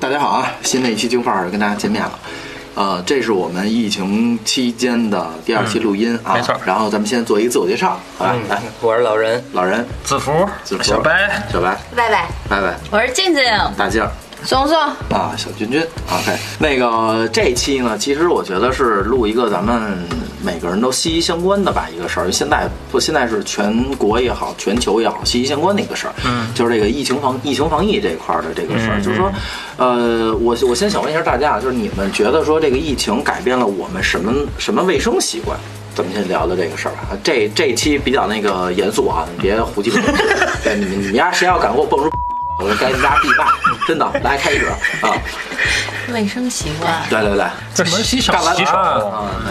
大家好啊！新的一期京范儿跟大家见面了，呃，这是我们疫情期间的第二期录音啊。嗯没错嗯然后咱们先做一自我介绍，好吧？来，我是老人，老人、子福、子福、小白，小白、拜拜，拜拜、我是静静，大静儿松松，啊，小君君。OK，那个这一期呢，其实我觉得是录一个咱们每个人都息息相关的吧一个事儿，因为现在不现在是全国也好，全球也好，息息相关的一个事儿。嗯，就是这个疫情防疫情防疫这一块儿的这个事儿，嗯就是说，呃，我我先想问一下大家，啊就是你们觉得说这个疫情改变了我们什么什么卫生习惯？咱们先聊聊这个事儿吧。啊这这一期比较那个严肃啊，你别胡鸡巴。对，你们你们家谁要敢给我蹦出，我就该压必骂，真的。来，开始啊！卫生习惯，对对对，进门洗手干完洗手，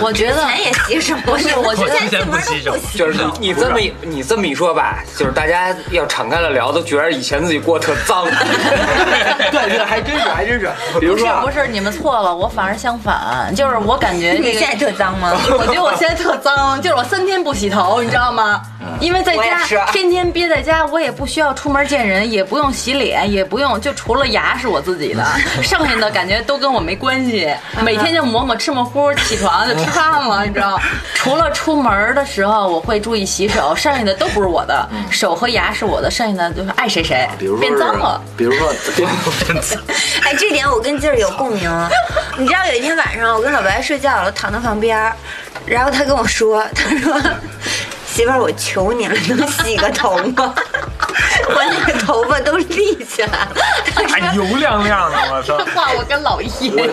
我觉得也洗手，不是，我觉我得提前不洗手，就是你你这么一你这么一说吧，就是大家要敞开了聊，都觉得以前自己过得特脏。对对，还真是还真是。比不如是说啊不，是，你们错了，我反而相反，就是我感 觉这个你现在特脏吗？ 我觉得我现在特脏，就是我三天不洗头，你知道吗？因为在嗯我也家是啊天天憋在家，我也不需要出门见人，也不用洗脸，也不用，就除了牙是我自己 的，剩下的感觉都跟我没关系。嗯每天就磨磨吃磨呼，起床就吃饭 了，你知道？除了出门的时候我会注意洗手，剩下的都不是我的，嗯手和牙是我的，剩下的就是爱谁啊谁比如，说变是啊脏了。，比如说， 哎，这点我跟劲儿有共鸣。啊你知道有一天晚上我跟老白睡觉了，我躺在旁边儿，然后他跟我说，他说：“媳妇儿，我求你了，能洗个头吗？ 我那个头发都立起来。”他说还油亮亮的，我操！ 话我跟老爷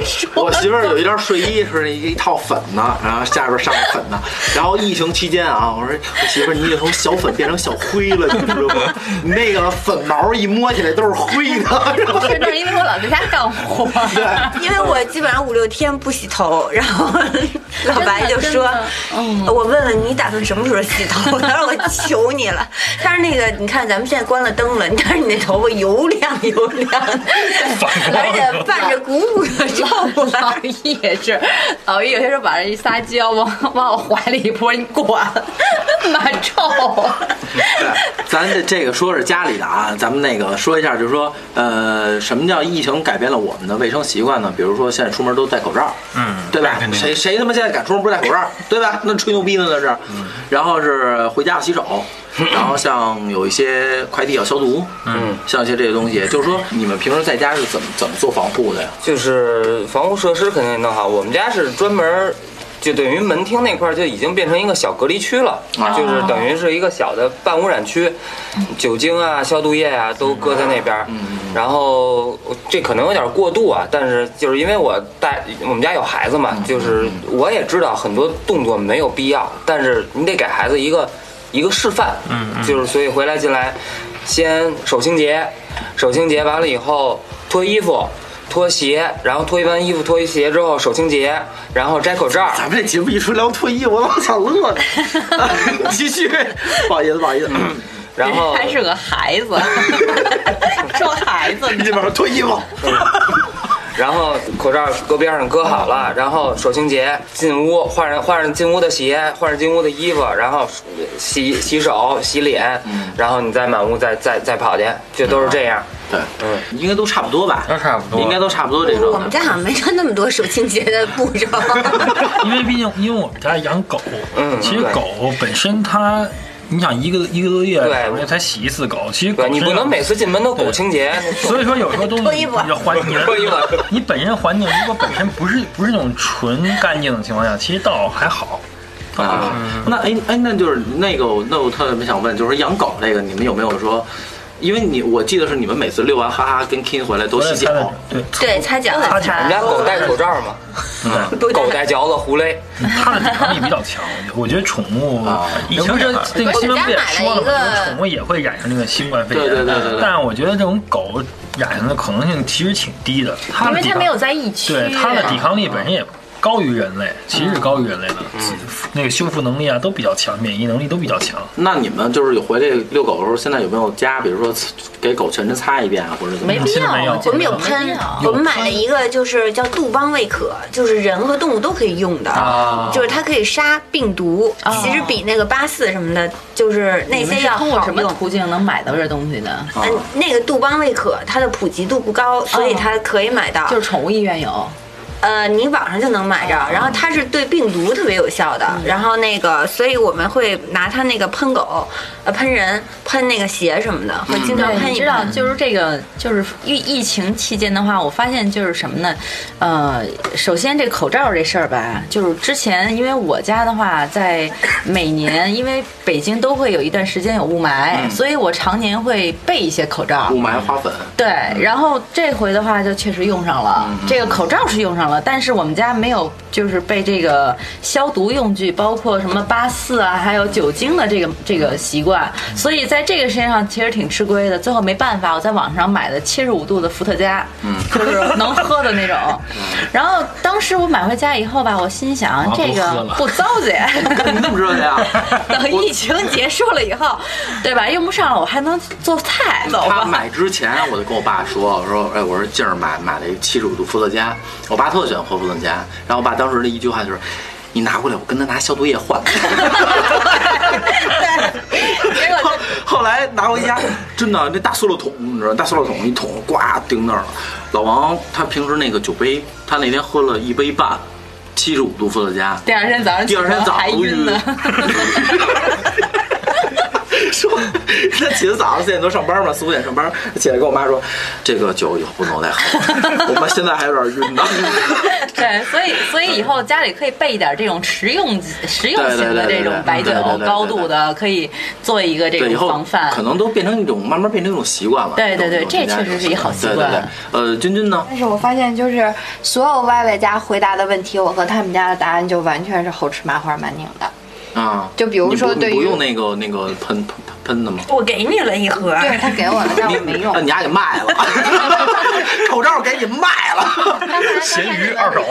说，我我媳妇儿有一件睡衣是一套粉的，然后下边上个粉的。然后疫情期间啊，我说我媳妇儿，你得从小粉变成小灰了，你知道吗？你那个粉毛一摸起来都是灰的。然后 是那是因为我老在家干活。 因为我基本上五六天不洗头，然后老白就真说呃的：“嗯我问问你打算什么时候洗头？” 他说：“我求你了。”他说：“那个，你看咱们现在关了灯了，但是你那头发油亮油亮的，而且伴着鼓鼓 的臭味 老儿。爷也是，老爷有些时候把人一撒娇，往往我怀里一拨，你管，蛮臭。对， 咱这这个说是家里的啊，咱们那个说一下，就是说，呃，什么叫疫情改变了我们的卫生习惯呢？比如说现在出门都戴口罩，嗯对吧那肯？定谁谁他妈现在敢出门不戴口罩，对吧？那吹牛逼呢那是。嗯然后是回家洗手，然后像有一些快递要消毒，嗯，像一些这些东西，就是说你们平时在家是怎么怎么做防护的呀？就是防护设施肯定得弄好，我们家是专门。就等于门厅那块儿就已经变成一个小隔离区了，啊就是等于是一个小的半污染区，酒精啊、消毒液啊都搁在那边儿。然后这可能有点过度啊，但是就是因为我带我们家有孩子嘛，就是我也知道很多动作没有必要，但是你得给孩子一个一个示范，就是所以回来进来先手清洁，手清洁完了以后脱衣服。脱鞋，然后脱完衣服、脱鞋之后手清洁，然后摘口罩。咱们这节目一说聊脱衣，我老想乐呢。 嗯继续， 不好意思，不好意思，然后啊还是个孩子，说孩子呢这边脱衣服。然后口罩搁边上搁好了，然后手清洁，进屋换上换上进屋的鞋，换上进屋的衣服，然后洗洗手、洗脸，然后你再满屋再再再跑去，就都是这样。对，嗯，应该都差不多吧？都差不多应该都差不多这种。 我们家好像没他那么多手清洁的步 骤。 因为毕竟因为我们家养狗，嗯其实对狗本身它，你想一个一个多月，对我才洗一次狗，其实狗对，你不身能上每次进门都狗清洁，所以说有时候东西脱衣服你的环你脱衣服的你本身环境如果本身不是不是那种纯干净的情况下，其实倒还好。啊，那哎哎，那就是那个，那我特别想问，就是养狗这个，你们有没有说？因为你我记得是你们每次遛完哈哈跟 King 回来都洗脚它，的对对，擦脚，擦脚你家狗戴口罩吗？都狗戴嚼子胡勒。它的抵抗力比较强，我觉得宠物啊，以前不是那个新闻不也说了我们家买了一吗？说个宠物也会染上那个新冠肺炎，对对对对对但是我觉得这种狗染上的可能性其实挺低的，它因的为抵他抗没有在一区，啊对它的抵抗力本身也不高于人类，其实是高于人类的，那个修复能力啊都比较强，免疫能力都比较强。那你们就是有回去遛狗的时候，现在有没有加，比如说给狗全身擦一遍啊，或者怎么没样？必现在要，没有我觉我得们有没必喷要，我们买了一个就是叫杜邦胃可，就是人和动物都可以用的，啊就是它可以杀病毒，其实比那个八四什么的，就是那哦你们些是要通过好什么用。途径能买到这东西的？嗯，那个杜邦胃可它的普及度不高，所以它可以买到。哦就是宠物医院有，呃，你网上就能买着，啊然后它是对病毒特别有效嗯的，然后那个，所以我们会拿它那个喷狗，呃，喷人，喷那个鞋什么的，会经常嗯对，喷你一知道，喷。就是这个，就是疫疫情期间的话，我发现就是什么呢？呃，首先这口罩这事儿吧，就是之前因为我家的话，在每年因为北京都会有一段时间有雾霾，嗯所以我常年会备一些口罩雾。霾 花粉，对，然后这回的话就确实用上了，嗯这个口罩是用上了，但是我们家没有就是被这个消毒用具，包括什么八四啊，还有酒精的这个这个习惯，嗯所以在这个身上其实挺吃亏的。最后没办法，我在网上买的七十五度的伏特加，嗯就是能喝的那种。然后当时我买回家以后吧，我心想啊这不喝个了不糟践。 你怎么知道的呀？等疫情结束了以后，对吧？用不上了，我还能做菜，走他吧。买之前，我就跟我爸说，我说，哎，我说静儿买买了一七十五度伏特加，我爸特喜欢喝伏特加，然后我爸当时的一句话就是，你拿过来，我跟他拿消毒液换。结果后后来拿回家，真的那大塑料桶，你知道，大塑料桶一桶，呱钉那儿了。老王他平时那个酒杯，他那天喝了一杯半，七十五度伏特加，第二天早上第二天早还上晕呢。说他起得早，四点多上班嘛，四五点上班，起来跟我妈说，这个酒以后不能再喝了，我妈现在还有点晕呢。对，所以所以以后家里可以备一点这种食用食用型的这种白酒对对对对对，对高度的可以做一个这对，以种后防范可。能都变成一种，慢慢变成一种习惯了。对对对一种一种这确实是一好习惯对对对，呃，君君呢？但是我发现，就是所有歪歪家回答的问题，我和他们家的答案就完全是猴吃麻花满拧的。啊，就比如说你不对于你不用那个那个喷喷喷的吗？我给你了一盒，对他给我了，但我没用那。 你丫给卖 了，口罩给你卖了。刚才咸鱼二手。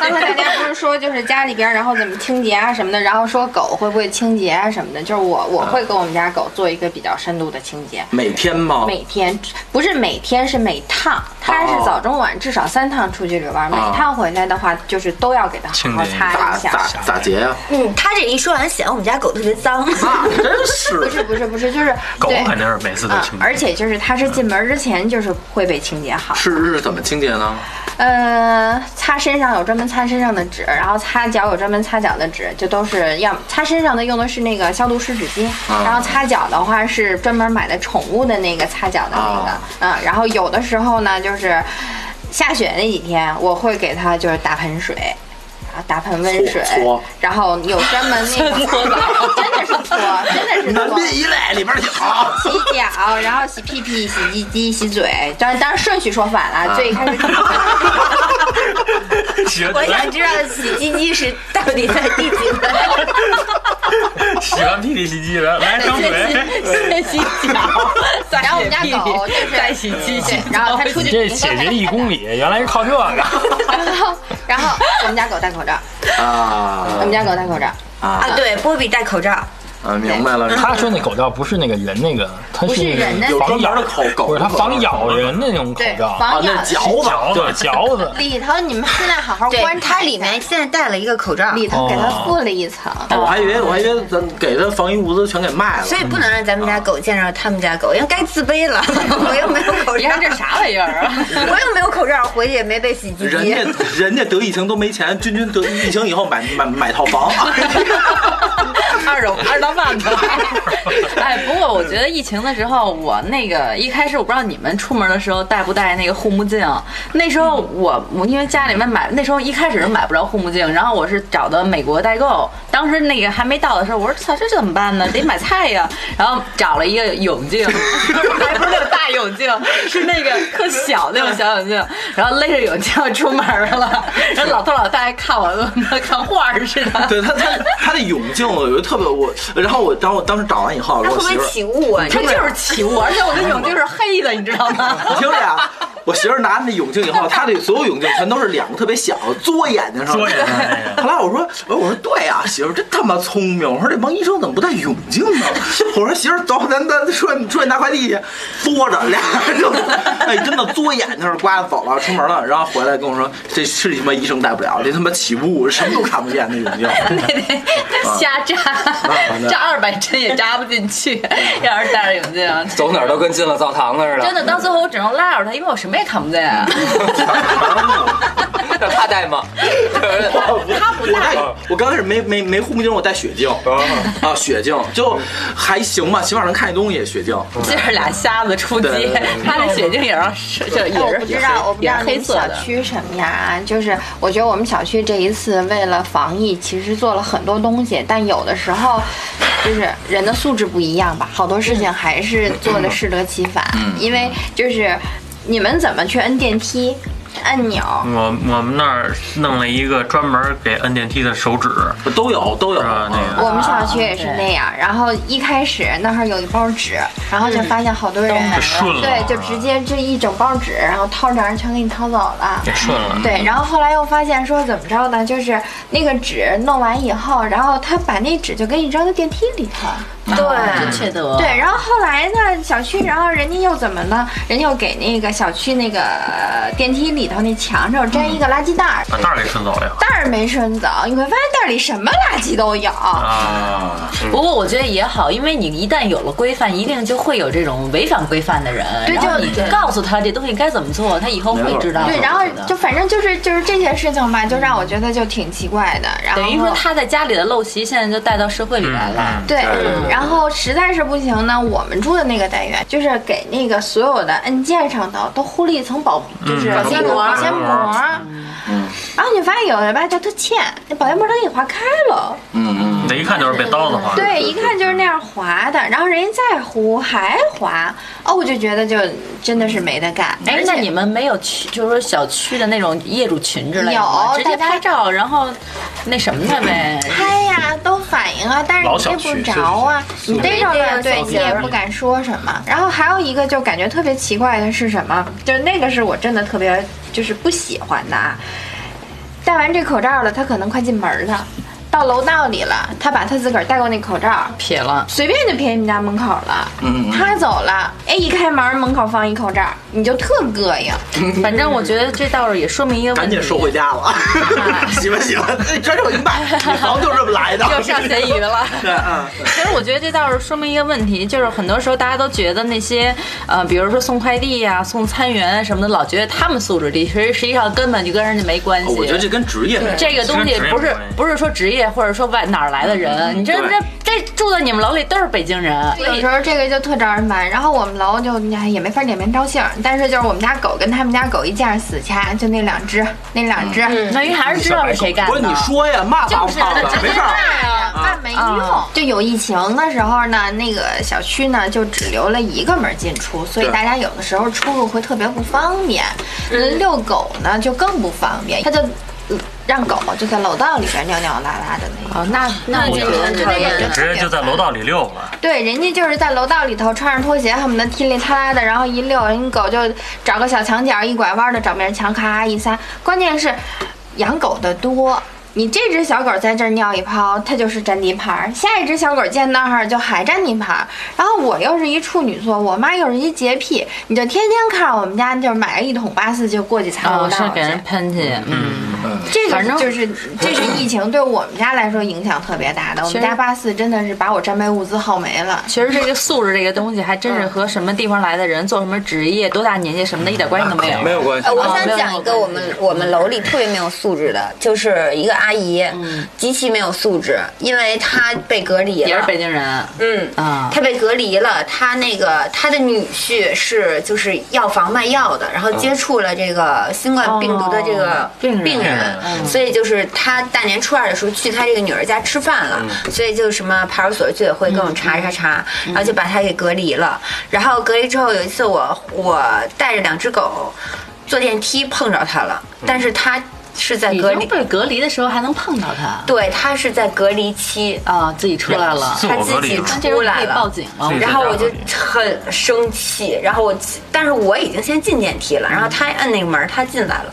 刚才大家不是说就是家里边，然后怎么清洁啊什么的，然后说狗会不会清洁啊什么的，就是我我会给我们家狗做一个比较深度的清洁。每天吗？每天不是每天是每趟，它哦是早中晚至少三趟出去遛弯，每趟回来的话就是都要给它好好擦咋一下。咋咋结 呀？嗯，他这一说完，显得我们家狗特别脏。啊，真是不是不是不是，就是狗对肯定是每次都啊清洁，而 且就是它是进门之前就是会被清洁好，是是怎么清洁呢？呃，擦身上有专门擦身上的纸，然后擦脚有专门擦脚的纸，就都是要擦身上的用的是那个消毒湿纸巾，啊然后擦脚的话是专门买的宠物的那个擦脚的那个，啊嗯，然后有的时候呢就是下雪那几天，我会给它就是打盆水。啊，打盆温水搓搓，然后有专门那个搓澡，真的是 搓，真的是南搓。边一类里边有。洗脚，然后洗屁屁、洗鸡鸡、洗嘴，当然当然顺序说反啊了，最开始洗我想知道洗鸡鸡是到底在第 几个？洗完屁屁洗鸡了，来张 嘴。先洗脚，然后我们家再洗屁狗屁就是再洗鸡对鸡，，然后它出你去这解决一公里，原来是靠这个。然后然后我们家狗戴口罩，我啊们家狗戴口罩，啊啊，对，波比戴口罩，啊！明白嗯了，他说那口罩不是那个人那个，它不是人的防专咬门的口狗不是它防咬人的那种口对，罩，防啊那咬脚嚼子嚼子。里头你们现在好好对，观察它一下里面现在戴了一个口罩，里头给它附了一层，我还以为我还以为咱给他防疫物资全给卖了，所以不能让咱们家狗见着他们家狗，因为该自 卑了。我又没有口你 罩，看这啥玩意儿啊？我又没有口罩，回去也没被洗鸡人鸡。家人家得疫情都没钱，君君得疫情以后买买买套 房， 二手二道贩子。 哎，不过我觉得疫情的时候，我那个一开始我不知道你们出门的时候戴不戴那个护目镜。那时候我我因为家里面买，那时候一开始是买不着护目镜，然后我是找的美国代购。当时那个还没到的时候，我说操，这怎么办呢？得买菜呀。然后找了一个泳镜， 还不是那个大泳镜，是那个特小那种小泳镜，然后勒着泳镜出门了。然后老头老太太看我 跟看画儿似的。对他他他的泳镜我有一个特别我，然后我当我当时找完以后，它我会不媳会妇儿。起雾啊？ 它就是起雾，而且我那泳镜是黑的，你知道吗？ 你听着呀，啊我媳妇儿拿那泳镜以后，她这所有泳镜全都是两个特别小，嘬眼睛上。嘬眼睛哎呀后来我说，我说对呀、媳妇儿真他妈聪明。我说这帮医生怎么不戴泳镜呢？ 我说媳妇儿，走，咱咱出去出去拿快递去，嘬着俩人就，哎，真的嘬眼睛上刮走了，出门了，然后回来跟我说，这是你妈医生戴不了，这他妈起雾，什么都看不见那泳镜。 那得瞎扎，扎二百针也扎不进去。要是戴着泳镜，啊走哪儿都跟进了澡堂子似的。 真的，到最后我只能拉着他，因为我什么也看不见啊。 让他带吗？他不戴，我刚开始没没没护目镜，我戴雪镜啊，雪镜就还行吧，起码能看见东西。雪镜，这是俩瞎子出对街对对，他那雪镜也是这也哎我是不知道，我不知也道是你黑们色小的。区什么样啊？就是我觉得我们小区这一次为了防疫，其实做了很多东西，但有的时候就是人的素质不一样吧，好多事情还是做的适得其反。因为就是你们怎么去摁电梯按钮？ 我我们那儿弄了一个专门给摁电梯的手指，都有都有是吧那个我们小区也是那样，然后一开始那儿有一包纸，然后就发现好多人就顺了对，就直接这一整包纸，然后掏着人全给你掏走了。也顺了。对，然后后来又发现说怎么着呢？就是那个纸弄完以后，然后他把那纸就给你扔到电梯里头。真缺德。对，然后后来呢，小区，然后人家又怎么呢？人家又给那个小区那个呃电梯里头那墙上粘一个垃圾袋儿，把袋儿给顺走了呀。袋儿没顺走，你会发现袋儿里什么垃圾都有。啊，不过我觉得也好，因为你一旦有了规范，一定就会有这种违反规范的人。对然后就你对告诉他这东西该怎么做，他以后会知道。对，然后就反正就是就是这些事情吧，就让我觉得就挺奇怪的。然后等于说他在家里的陋习，现在就带到社会里来了。对，然后实在是不行呢，我们住的那个单元就是给那个所有的按键上头都糊了一层保，就是保那鲜个膜保鲜膜。然后你发现有的吧，就特欠，那保鲜膜都给划开了，嗯那一看就是被刀子划的。对，一看就是那样划的。然后人家再糊还划，哦，我就觉得就真的是没得干。哎而，且那你们没有去，就是说小区的那种业主群之类的吗，有直接大家拍照，然后那什么的呗。拍呀，都反应啊，但是老你小逮区不着啊，你逮着了，对你也不敢说什么。然后还有一个就感觉特别奇怪的是什么？就是那个是我真的特别就是不喜欢的啊。戴完这口罩了，他可能快进门了，到楼道里了，他把他自个儿戴过那口罩。撇了，随便就撇你们家门口了，嗯嗯他走了，哎，一开门门口放一口罩，你就特膈应。反正我觉得这倒是也说明一个嗯问赶题，紧收回家 了，喜欢喜欢，转手一卖，你房就是这么来的。又上咸鱼了。 对，嗯，其实我觉得这倒是说明一个问题，就是很多时候大家都觉得那些，呃，比如说送快递呀、送餐员啊什么的，老觉得他们素质低，其实实际上根本就跟人家没关系。哦我觉得这跟职业没关系这个东西不其实职业嗯是没关系不是说职业，或者说外哪儿来的人，你这对这这住在你们楼里都是北京人，有时候这个就特招人烦，然后我们楼就哎也没法点名道姓，但是就是我们家狗跟他们家狗一架死掐，就那两只，那两只，那于嗯还是知道是谁干不的。是你说呀，骂骂就是啊骂直了，接没事儿。呀，那没用啊。就有疫情的时候呢，那个小区呢就只留了一个门进出，所以对大家有的时候出入会特别不方便。遛狗呢就更不方便，它就嗯让狗就在楼道里边尿尿啦啦的那种。哦，那那我觉得真的也直接就在楼道里溜了，对，人家就是在楼道里头穿着拖鞋，恨不得踢里踏啦的，然后一溜，人狗就找个小墙角一拐弯的找面墙，咔一撒。关键是养狗的多，你这只小狗在这儿尿一泡，它就是占地盘儿；下一只小狗见那儿就还占地盘儿。然后我又是一处女座，我妈又是一洁癖，你就天天看我们家就是买了一桶八四就过去擦楼哦，道是去给。人喷去，嗯，这反个正就是这是疫情对我们家来说影响特别大的，我其们实家八四真的是把我战备物资耗没了。其实这个素质这个东西，还真是嗯和什么地方来的人、做什么职业、多大年纪什么的，一点关系都没有。没有关系呃，。我哦想没有讲没一有个我们我们楼里特别没有素质的，就是一个阿姨，极其没有素质，因为她被隔离了，嗯也是北京人嗯啊她被隔离了，她那个她的女婿是就是药房卖药的，嗯然后接触了这个新冠病毒的这个哦病人嗯病人，所以就是她大年初二的时候去她这个女儿家吃饭了，嗯所以就什么派出所居委会各种嗯查查查，然后就把她给隔离了。然后隔离之后有一次嗯我我带着两只狗坐电梯碰着她了，但是她。是在已隔经离，被隔离的时候还能碰到他对，他是在隔离期，啊，自己出来了，自他我隔自离己了那这时候你出可来以报了。警了。对然后我就很生气，然后我，但是我已经先进电梯了，然后他按那个门，他进来了。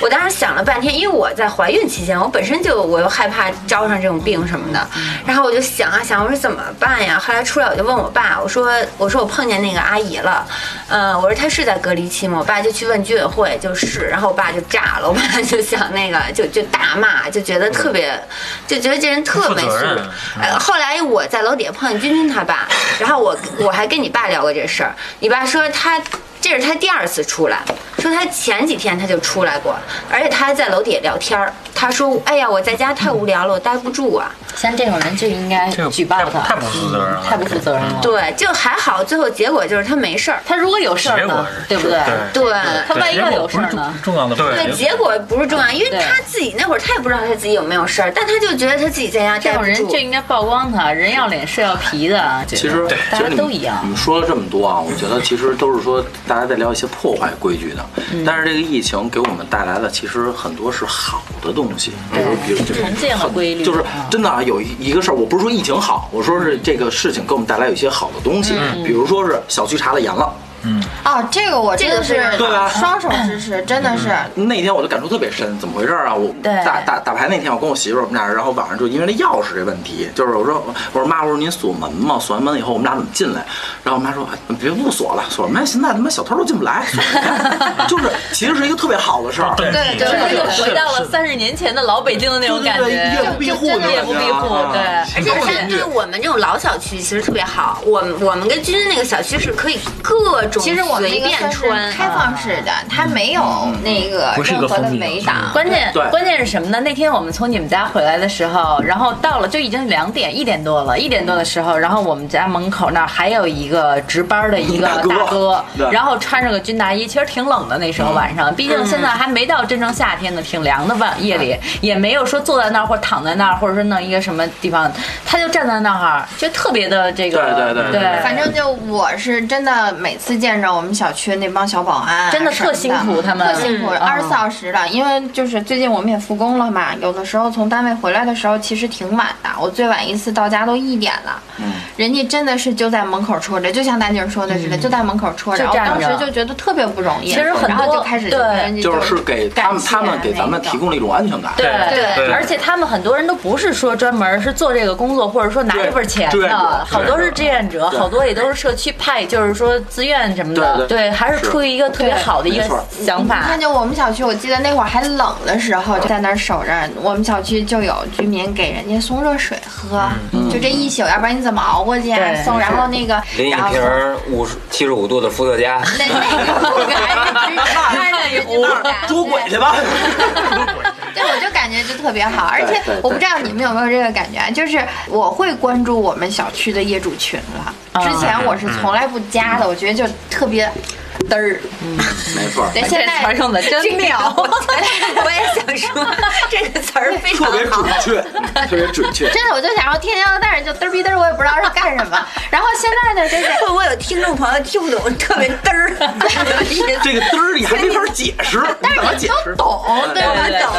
我当时想了半天，因为我在怀孕期间，我本身就我又害怕招上这种病什么的，嗯然后我就想啊想，我说怎么办呀？后来出来我就问我爸，我说我说我碰见那个阿姨了，嗯、我说她是在隔离期吗？我爸就去问居委会，就是，然后我爸就炸了，我爸就想那个就就大骂，就觉得特别，就觉得这人特没不素负责质任。呃，后来我在楼底下碰见君君他爸，然后我我还跟你爸聊过这事儿，你爸说他这是他第二次出来，说他前几天他就出来过，而且他还在楼底下聊天儿，他说哎呀我在家太无聊了，我待不住啊，像这种人就应该这个举报他，太不太不负责任了嗯太不负责任了。，对，就还好，最后结果就是他没事儿，他如果有事儿结果呢是，对不对？对。他万一要有事儿呢？重要的问题对，结果不是重要，因为对他自己那会儿他也不知道他自己有没有事儿，但他就觉得他自己在家这待种不人住就。应该曝光他，人要脸是要皮的。其其实大其实家你都们一样你。们说了这么多啊，我觉得其实都是说大家在聊一些破坏规矩的，嗯但是这个疫情给我们带来的其实很多是好的东西，比嗯如比如这重建了规律，就是啊真的啊，有一一个事儿，我不是说疫情好，我说是这个事情给我们带来有一些好的东西，嗯比如说是小区查了严了。哦，这个我真的这个是是对吧双手支持，真的是。嗯那天我就感触特别深，怎么回事儿啊？我对打打打牌那天，我跟我媳妇儿我们俩，然后晚上就因为那钥匙这问题，就是我说我说妈，我说您锁门吗？锁完门以后我们俩怎么进来？然后我妈说哎别不锁了，锁什么呀？现在他妈小偷都进不来， 锁什么呀就是其实是一个特别好的事儿，对对真的对又对回到了三十年前的老北京的那种感对对对夜觉不，闭户的真的夜不闭户，感觉啊对。而且山对我们这种老小区其实特别好，我们我们跟君君那个小区是可以各种其实我们随那个便算穿啊是，开放式的，它没有那个嗯不是一个任何的啊封闭的围是挡。关键哎对关键是什么呢？那天我们从你们家回来的时候，然后到了就已经两点一点多了，一点多的时候，然后我们家门口那儿还有一个值班的一个大大哥哥哎对，然后穿着个军大衣，其实挺冷的那时候晚上，毕竟现在还没到真正夏天呢，挺凉的晚夜里，也没有说坐在那儿或者躺在那儿，或者说弄一个什么地方，他就站在那儿，就特别的这个对对对对反正就我是真的每次见着我们小区那帮小保安啊什真么的的，特辛苦他们特辛苦，嗯二十四小时的。因为就是最近我们也复工了嘛，有的时候从单位回来的时候其实挺晚的，我最晚一次到家都一点了。嗯人家真的是就在门口戳着，就像大静说的似的，就在门口戳着。嗯就我站着当时就觉得特别不容易，其实很多然后就开始对跟人家就是给他们感谢他们给咱们那种提供了一种安全感。对对对而且他们很多人都不是说专门是做这个工作，或者说拿这份钱对对对的，好多是志愿者，对好多也都是社区派，就是说自愿什么的，对对对，嗯还是是出于一个特别好的一个没错想你法看，。就我们小区，我记得那会儿还冷的时候，就在那儿守着。我们小区就有居民给人家送热水喝，就这一宿，要不然你怎么熬过去啊对？送，然后那个，拎一然后瓶 五十七十五度的伏特加，那那个不敢，那个不敢捉鬼去吧！对，我就感觉就特别好，而对且对我不知道你们有没有这个感觉，啊，就是我会关注我们小区的业主群了。之前我是从来不加的，我觉得就特别嘚儿。没错儿，对，现在这词儿用的真妙 我也想说这个词儿非常特别好准。确，特别准确。真的，我就想说，天天都带着就嘚儿逼嘚儿，我也不知道是干什么。然后现在呢，就是会不会有听众朋友听不懂，特别嘚 儿？这个嘚儿你还没法解释，你怎么解释？懂，对吧？对对懂。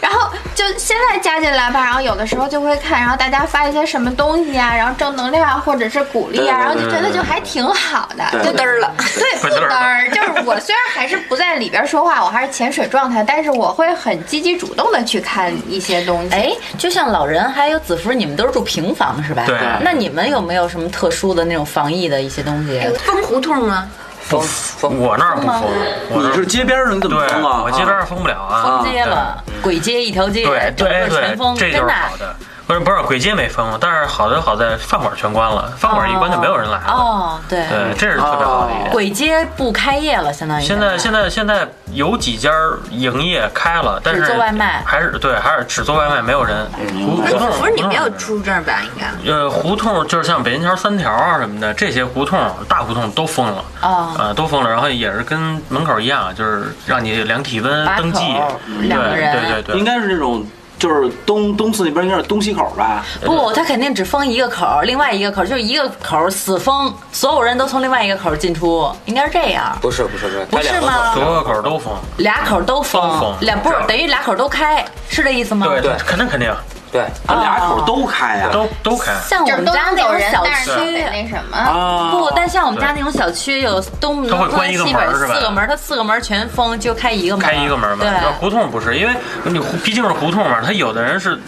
然后就现在加进来吧，然后有的时候就会看，然后大家发一些什么东西啊，然后正能量啊或者是鼓励啊，然后就觉得就还挺好的，对就不嘚儿了，对， 不嘚儿，就是我虽然还是不在里边说话，我还是潜水状态，但是我会很积极主动的去看一些东西。哎，就像老人还有子夫，你们都是住平房是吧？对那你们有没有什么特殊的那种防疫的一些东西？封胡同啊吗？封封，我那儿不封，我那你儿是街边儿，你怎么对封啊？我街边儿封不了啊。封街了，鬼街一条街，对哎整对个全对，封，这真就是的。好的。不是不是，鬼街没封，但是好的好在饭馆全关了，饭馆一关就没有人来了。哦，对，对，这是特别好的一点。鬼街不开业了，相当于现在现在现在有几家营业开了，但是只做外卖还是对，还是只做外卖，没有人。胡那不是你没没有有出入证吧？应哦该呃，胡同就是像北京桥三条啊什么的，这些胡同大胡同都封了啊、啊呃都封了。然后也是跟门口一样，就是让你量体温、把口登记，两个人对对对对，应该是那种就是东东四那边应该是东西口吧？不，他肯定只封一个口儿，另外一个口儿就是一个口儿死封，所有人都从另外一个口儿进出，应该是这样。不是不是不是，不它是两个吗口所儿有口儿都封。俩口儿都都封封，俩不是等于俩口儿都开，是这意思吗？对对肯定肯定对，咱啊俩口都开呀、都都开。像我就是们都家能那走种人，小但是哦你区得，那什么。啊，不，但像我们家那种小区有东它南会关关一个西门北儿是吧四个门儿，它四个门儿全封，就开一个门儿，开一个门嘛。对，然后胡同不是，因为你胡毕竟是胡同嘛，他有的人是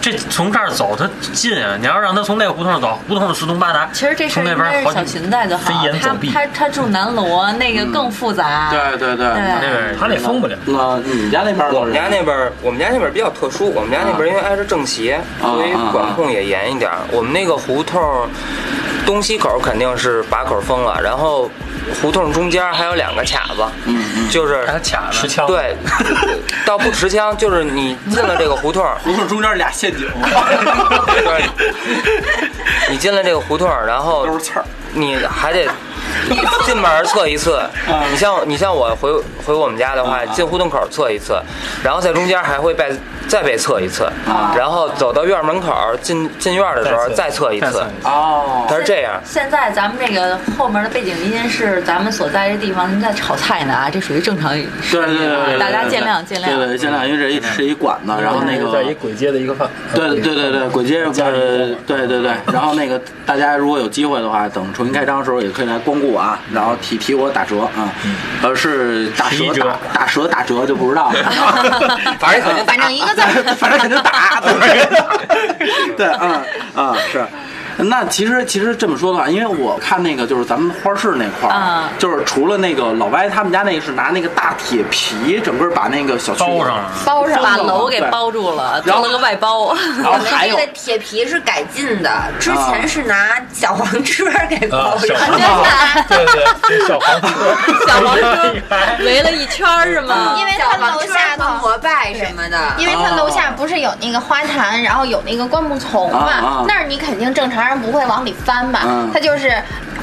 这从这儿走他近啊，你要让他从那个胡同走，胡同四通八达，其实这事儿从那应该边是好小几裙。子就好飞，檐他走壁他他住南锣，那个更复杂。对对对，对对，他那封不了。那你们家那边儿呢我们家那边儿，我们家那边儿比较特殊。我们家那边儿因为挨着政协，啊所以管控也严一点儿。我们那个胡同儿东西口儿肯定是把口儿封了，然后胡同中间儿还有两个卡子，嗯就是还卡了，对， 倒不持枪，就是你进了这个胡同儿， 胡同中间俩陷阱，对，你进了这个胡同儿，然后都是刺儿。你还得进门儿测一次。你像你像我回回我们家的话，进胡同口儿测一次，然后在中间还会被再被测一次，然后走到院儿门口儿进进院儿的时候再再测一再次测一。哦，它是这样，现在咱们这个后面的背景音是咱们所在的地方人在炒菜呢啊，这属于正常对对对对对，大家见谅见对谅。对见谅，因为这一是一馆子，然后那个在一鬼街的一个饭，对对对对，鬼街呃，对对对，然后那个大家如果有机会的话，等重新开张的时候也可以来光顾我啊，然后提提我打折啊，呃是打11折嗯折打打折打折就不知 道了，反正肯啊定反正一个字儿，反正肯定打，对对，嗯啊是。那其实其实这么说的话，因为我看那个就是咱们花市那块儿，嗯就是除了那个老歪他们家那个是拿那个大铁皮整个把那个小区包上了。包上把了。楼给包住了，然做后了个外包。然我后们还这有哦个铁皮是改进的，之前是拿小黄车给包呃上。啊小 黄对对，这小黄车， 小黄车 围了一圈儿是吗？因为小它黄楼车下和头，摩拜什么的，因为它楼下不是有那个花坛，然后有那个灌木丛啊啊嘛，那儿你肯定正常人不会往里翻吧嗯？它就是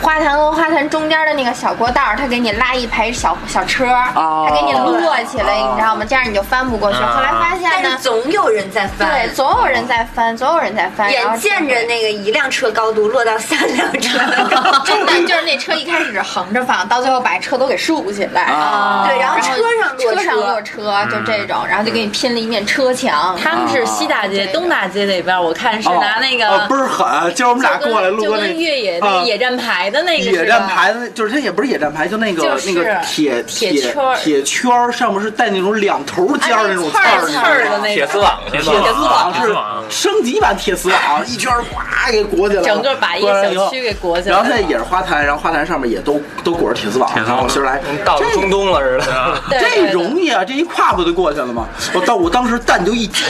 花坛和花坛中间的那个小过道儿，它给你拉一排小小车，啊它给你摞起来，哦你知道吗？这样你就翻不过去。啊后来发现 但是呢，总有人在翻对，。总有人在翻，总有人在翻，然后眼见着那个一辆车高度落到三辆车的高度， 真的就是那车一开始是横着放，到最后把车都给竖起来。啊对，然后车上落车上落车，就这种，然后就给你拼了一面车墙。他们是西大街、啊东大街那边儿，我看是拿那个哦哦倍儿狠，今儿我们俩就跟过来路就过那跟越野啊那野战牌的那个野似战的。牌子，就是它也不是野战牌，就那个、就是那个铁铁铁圈儿哎铁圈儿上面是带那种两头尖儿那种刺儿，刺儿的那那铁丝种，网，铁铁丝丝网网铁丝网铁丝是网升级版铁丝网，一圈儿哗给裹起来了，整个把一个小区给裹起来然后了。现在也是花坛，然后花坛上面也都都裹着铁丝网，铁丝网然后我媳妇儿来跟到了中东了似的。对对这对容易啊，这一跨不就过去了吗？我当我当时蛋就一 紧，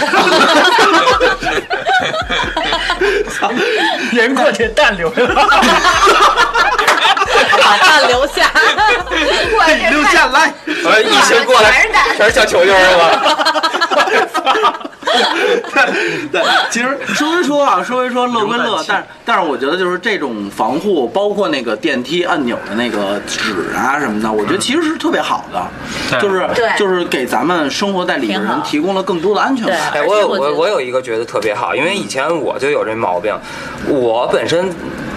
人过去蛋流了，把蛋留下，哎哎留下来。我说一身哎过来全是小球球是吧？ 对对，其实说归说啊，说归说乐归乐，但是但是我觉得就是这种防护，包括那个电梯按钮的那个纸啊什么的，我嗯觉得其实是特别好的，对就是对就是给咱们生活在里面的人挺好提供了更多的安全感。哎，而我且有我我觉得我有一个觉得特别好，因为以前我就有这毛病，我本身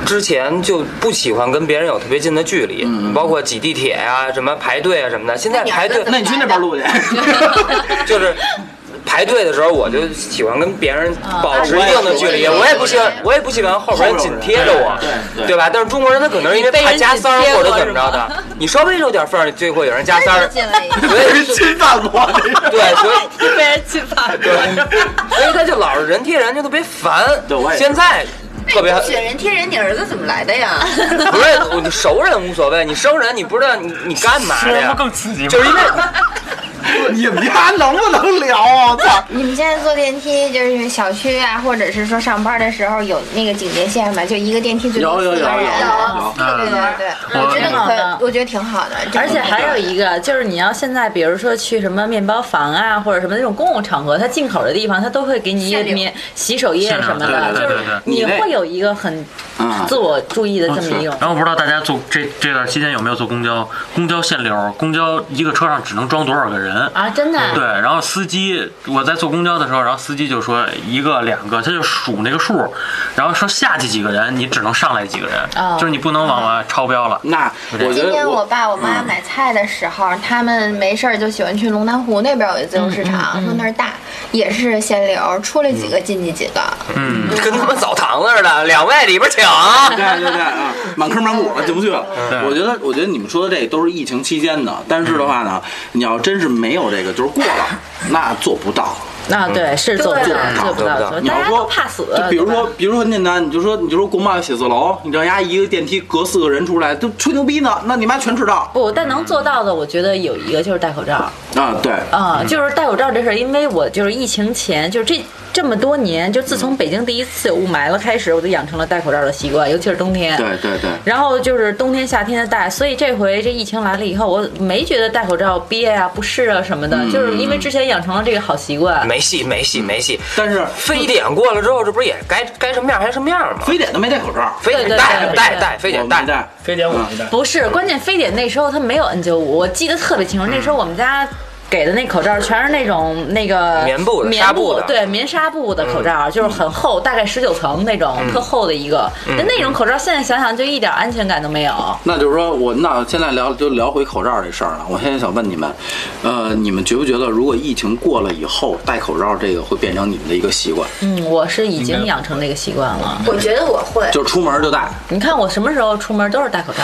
之前就不喜欢跟别人有特别近的距离，包括挤地铁呀、什么排队啊什么的。现在排队那你去那边录去， 就是。排队的时候，我就喜欢跟别人保持一定的距离，啊我也不喜欢，我也不喜欢后边人紧贴着我后边有人对对，对吧？但是中国人他可能是因为怕加塞儿或者怎么着的，你稍微有点缝儿就会有人加塞就儿，进了一个。所以侵犯我这是。对，所以被人侵犯对，所以他就老是人贴人，就特别烦。对我也是现在特别雪人贴人，你儿子怎么来的 呀？不是我你熟人无所谓，你生人你不知道你你干嘛的这呀不？更刺激吗？就是因为你们家能不能聊啊？我操！你们现在坐电梯，就是小区啊，或者是说上班的时候有那个警戒线吧？就一个电梯最有多有有四个人，有四个人，对，嗯我觉得挺好的可，我觉得挺好的。 真的而且嗯还有一个，就是你要现在，比如说去什么面包房啊，或者什么那种公共场合，它进口的地方，它都会给你一个限流免洗手液什么的，限流就对是对对对你会有一个很嗯哦自我注意的这么一种。然后不知道大家坐这这段期间有没有坐公交？公交限流，公交一个车上只能装多少个人？人。啊，真的嗯啊对，然后司机，我在坐公交的时候，然后司机就说一个两个，他就数那个数，然后说下去几个人，你只能上来几个人，哦就是你不能往外超标了。那我觉今得天我我爸我妈买菜的时候，他们没事儿就喜欢去龙潭湖那边有一自由市场，嗯说那儿大，也是限流，出来几个进去几个。嗯，跟他妈澡堂子似的，两位里边请。 对对对啊，满坑满谷了，进不去了。对我觉得，我觉得你们说的这都是疫情期间的，但是的话呢，你要真是没有这个，就是过了，那做不到。啊，对，是做不对到，做不做不到，到做不到你 大要家说都怕死。就比如对吧说，比如说很简单，你就说你就说国贸写字楼，你让丫一个电梯隔四个人出来，都吹牛逼呢，那你妈全迟到不，但能做到的，我觉得有一个就是戴口罩。啊！对，啊，就是戴口罩这事儿，因为我就是疫情前，就是这这么多年，就自从北京第一次有雾霾了开始，我就养成了戴口罩的习惯，尤其是冬天。对对对。然后就是冬天夏天的戴，所以这回这疫情来了以后，我没觉得戴口罩憋啊、不适啊什么的，嗯就是因为之前养成了这个好习惯。没戏，没戏，没戏。但是非典过了之后，这不是也该该什么样还什么样吗？非典都没戴口罩，非对典对戴对戴对戴，非典我没戴。戴。非典我没嗯戴，不是，关键非典那时候他没有 N 9 5我记得特别清楚。那时嗯候我们家给的那口罩全是那种那个棉布的棉纱布的嗯对，棉纱布的口罩，就是很厚，大概十九层那种，特厚的一个。嗯那那种口罩现在想想就一点安全感都没有。那就是说我那现在聊就聊回口罩这事儿了。我现在想问你们，呃，你们觉不觉得如果疫情过了以后，戴口罩这个会变成你们的一个习惯，嗯，我是已经养成这个习惯了。我觉得我会，就是出门就戴你看我什么时候出门都是戴口罩。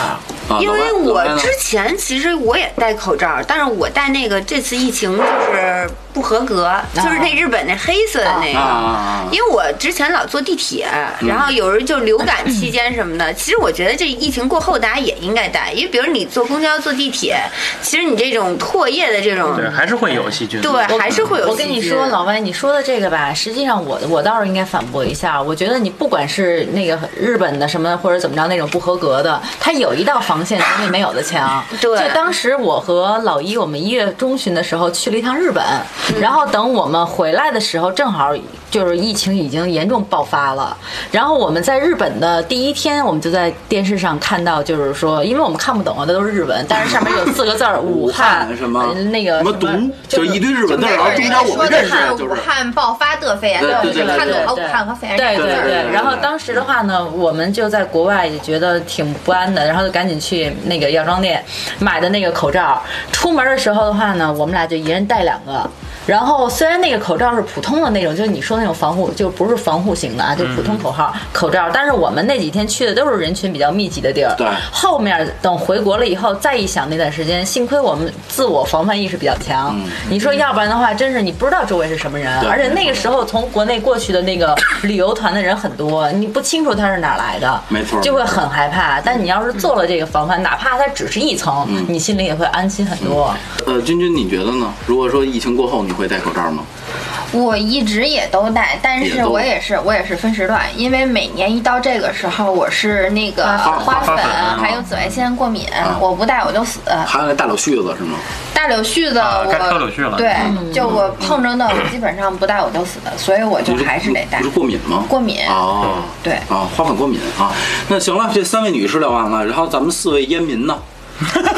啊？因老为白我老白呢之前其实我也戴口罩，但是我戴那个这次疫情就是不合格，就是那日本那黑色的啊啊那个。啊啊因为我之前老坐地铁，然后有时候就流感期间什 么的，其实我觉得这疫情过后大家也应该戴，因为比如你坐公交、坐地铁，其实你这种唾液的这种，对，还是会有细菌。对，还是会有。我跟你说，，老歪，你说的这个吧，实际上我我倒是应该反驳一下。我觉得你不管是那个日本的什么或者怎么着那种不合格的，它有一道防线能力没有 的强。对就当时我和老一，我们一月中旬的时候去了一趟日本，嗯然后等我们回来的时候，正好就是疫情已经严重爆发了。然后我们在日本的第一天，我们就在电视上看到，就是说，因为我们看不懂啊，那都是日文，但是上面有四个字儿“武 武汉”呃什么那个什么毒毒，，就是一堆日本字，没然有后中人间我说们的认识啊是就武是。汉爆发得肺炎，对但我是对对看懂对了武对汉和啊肺炎对这个对字儿。对，然后当时的话呢，我们就在国外也觉得挺不安的，然后就赶紧去那个药妆店买的那个口罩。出门的时候的话呢，我们俩就一人戴两个。然后虽然那个口罩是普通的那种，就是你说那种防护，就不是防护型的啊，就普通口号、口罩。但是我们那几天去的都是人群比较密集的地儿。对后面等回国了以后，再一想那段时间，幸亏我们自我防范意识比较强。你说要不然的话，真是你不知道周围是什么人，啊对而且那个时候从国内过去的那个旅游团的人很多，你不清楚他是哪儿来的，没错就会很害怕。但你要是做了这个防范，哪怕它只是一层，你心里也会安心很多。呃，君君，你觉得呢？如果说疫情过后，你会戴口罩吗？我一直也都戴，但也是都我也是我也是分时段，因为每年一到这个时候，我是那个花粉花粉嗯啊还有紫外线过敏，我不戴我就死。还有那大柳絮子是吗？大柳絮子啊我该挑柳絮了嗯对，就我碰着的 我基本上不戴我就死，所以我就你还是得戴不是。过敏吗？过敏哦，对啊，花粉过敏啊。那行了，这三位女士聊完了，然后咱们四位烟民呢？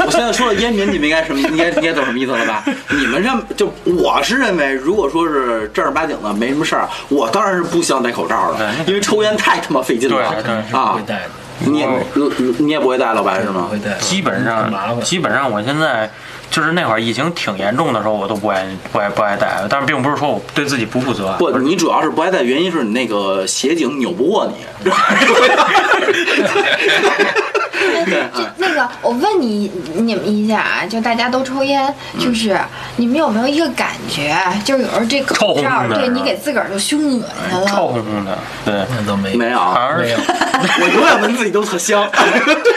我现在说的烟民，你们应该什么？应该应该懂什么意思了吧？你们认就我是认为，如果说是正儿八经的没什么事儿，我当然是不希望戴口罩了，对因为抽烟太他妈费劲了对对是不啊会！戴的，你也你也不会戴了吧？是不吗会？戴的，嗯基本很麻上，烦。基本上我现在就是那会儿疫情挺严重的时候，我都不爱不爱不爱戴，但是并不是说我对自己不负责。不，你主要是不爱戴，原因是你那个斜颈扭不过你。对就那个，我问你你们一下啊，就大家都抽烟，嗯就是、你们有没有一个感觉，就是有时候这臭口烘罩烘的对是吧你给自个儿就熏恶心臭了。烘烘的，对，那都没没有，反而没有，我永远闻自己都特香。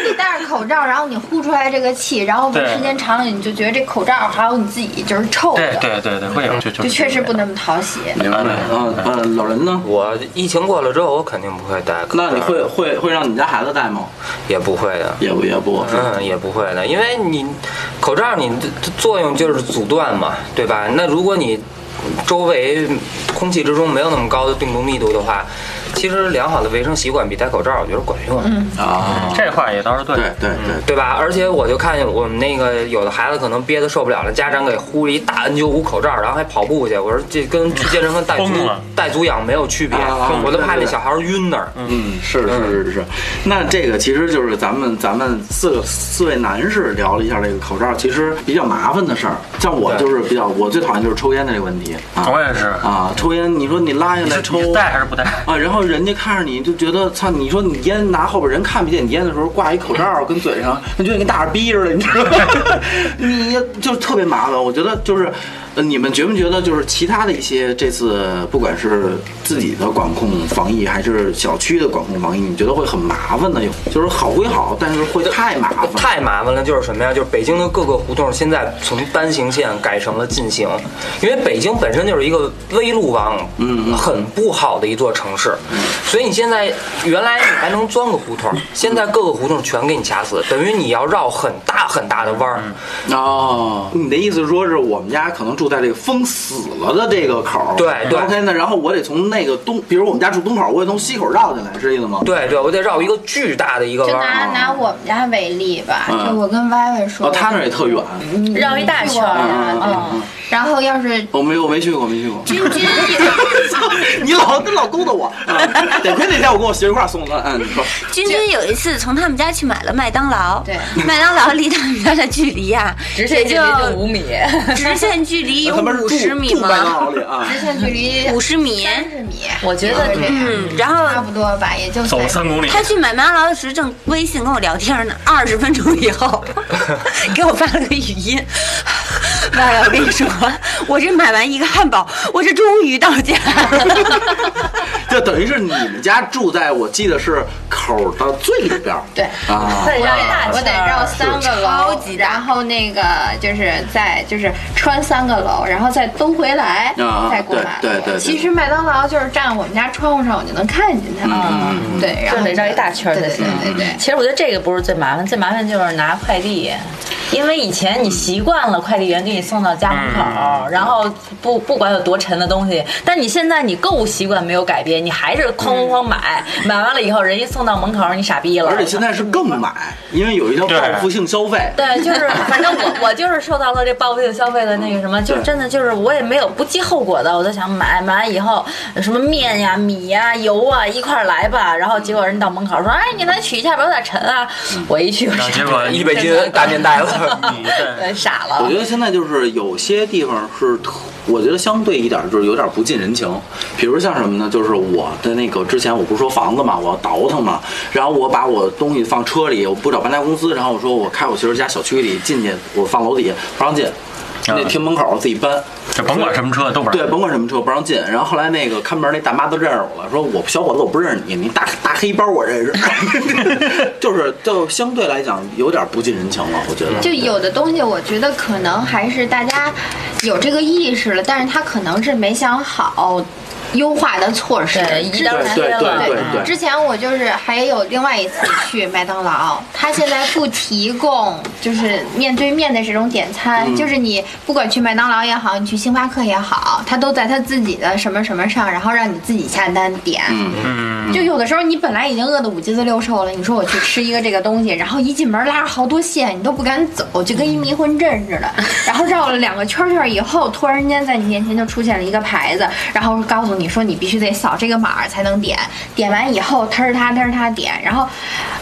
你戴着口罩，然后你呼出来这个气，然后闻对时间长了，你就觉得这口罩还有你自己就是臭对的，对对对，会有就就就确实不那么讨喜。明白了，嗯嗯，老人呢？我疫情过了之后，我肯定不会戴口罩。那你会会会让你家孩子戴吗？也不会的。也不也不，嗯，也不会的，因为你口罩你的作用就是阻断嘛，对吧？那如果你周围空气之中没有那么高的病毒密度的话，其实良好的卫生习惯比戴口罩，我觉得管用。嗯，啊，这话也倒是对。对对对，对吧？而且我就看见我们那个有的孩子可能憋得受不了了，家长给呼了一大 N95 口罩，然后还跑步去。我说这跟健身跟带足疯了带足氧没有区别，啊啊我都对对怕那对小孩晕那儿。嗯，是是是是。那这个其实就是咱们咱们四个四位男士聊了一下这个口罩，其实比较麻烦的事儿。像我对就是比较，我最讨厌就是抽烟的这个问题啊我也是，啊，抽烟，你说你拉下你来是抽你。是戴还是不戴？啊，然后人家看着你就觉得，操！你说你烟拿后边人看不见你烟的时候，挂一口罩跟嘴上， 那就跟大耳逼似的，你知道吗？ 你就特别麻烦。我觉得就是，呃你们觉不觉得就是其他的一些这次不管是自己的管控防疫，还是小区的管控防疫，你觉得会很麻烦呢？有就是好归好，但是会太麻烦。太麻烦了，就是什么呀？就是北京的各个胡同现在从单行线改成了进行，因为北京本身就是一个危路网，嗯嗯嗯很不好的一座城市，所以你现在原来你还能钻个胡同，现在各个胡同全给你卡死，等于你要绕很大很大的弯儿。嗯哦，你的意思是说是我们家可能住在这个封死了的这个口儿，对对 OK，那然后我得从那个东，比如我们家住东口，我得从西口绕进来，是这意思吗？对对，我得绕一个巨大的一个就弯儿。拿拿我们家为例吧，嗯就我跟歪歪说，哦，他那儿也特远，绕一大圈嗯儿嗯嗯嗯嗯嗯，然后要是我没我没去过，没去过。君 君也你老你老勾搭 我，啊得亏那天我跟我媳妇一块儿送的。嗯，你说君君有一次从他们家去买了麦当劳，对，麦当劳离他们家的距离啊，直线距离就五米，直线距离有他们五十米住麦当吗？劳里啊？ 直线距离五十米，三十米，我觉得这样嗯，然差后不多吧，也就走30三公里，他去买麦当劳的时候正微信跟我聊天呢，二十分钟以后给我发了个语音， 妈呀，我跟你说，我这买完一个汉堡，我这终于到家了。 就等于是你们家住在我记得是口儿的最里边儿对啊。绕一大圈儿我得绕三个超楼级，大然后那个就是再就是穿三个楼，然后再兜回来啊啊，再过马路。对对对对其实麦当劳就是站我们家窗户上，我就能看见它。嗯嗯对，然就后得绕一大圈儿对才对行。对对对。其实我觉得这个不是最麻烦，最麻烦就是拿快递，因为以前你习惯了快递员给你送到家门口，嗯然后不不管有多沉的东西，但你现在你购物习惯没有改变，你还是哐哐哐买，买完了以后人家送到门口，你傻逼了。嗯而且现在是更买，因为有一条报复性消费。对，就是反正我我就是受到了这报复性消费的那个什么，就对真的就是我也没有不计后果的，我就想买，买完以后什么面呀、米呀、油啊一块儿来吧，然后结果人到门口说，哎，你来取一下吧，有点沉啊，我一去，我然后傻结果嗯一百斤大面袋 嗯了，你对了傻我了觉。得现在就是有些地方是特，我觉得相对一点就是有点不近人情。比如像什么呢？就是我的那个之前我不是说房子嘛，我要倒腾嘛，然后我把我东西放车里，我不找搬家公司，然后我说我开我媳妇家小区里进去，我放楼底下不让进，那停门口自己搬。就甭管什么车都不让对，甭管什么车不让进。然后后来那个看门那大妈都认识我了，说我小伙子我不认识你，你大大黑包我认识，就是就相对来讲有点不近人情了，我觉得。就有的东西，我觉得可能还是大家有这个意识了，但是他可能是没想好优化的措施。对，一之刀对切对了。对对之前我就是还有另外一次去麦当劳，它现在不提供就是面对面的这种点餐，嗯就是你不管去麦当劳也好，你去星巴克也好，它都在它自己的什么什么上，然后让你自己下单点。嗯嗯，就有的时候你本来已经饿得五脊子六兽了，你说我去吃一个这个东西，然后一进门拉着好多线，你都不敢走，就跟一迷魂阵似的。然后绕了两个圈圈以后，突然间在你面前就出现了一个牌子，然后告诉你说你必须得扫这个码儿才能点。点完以后，他是他，他是他点。然后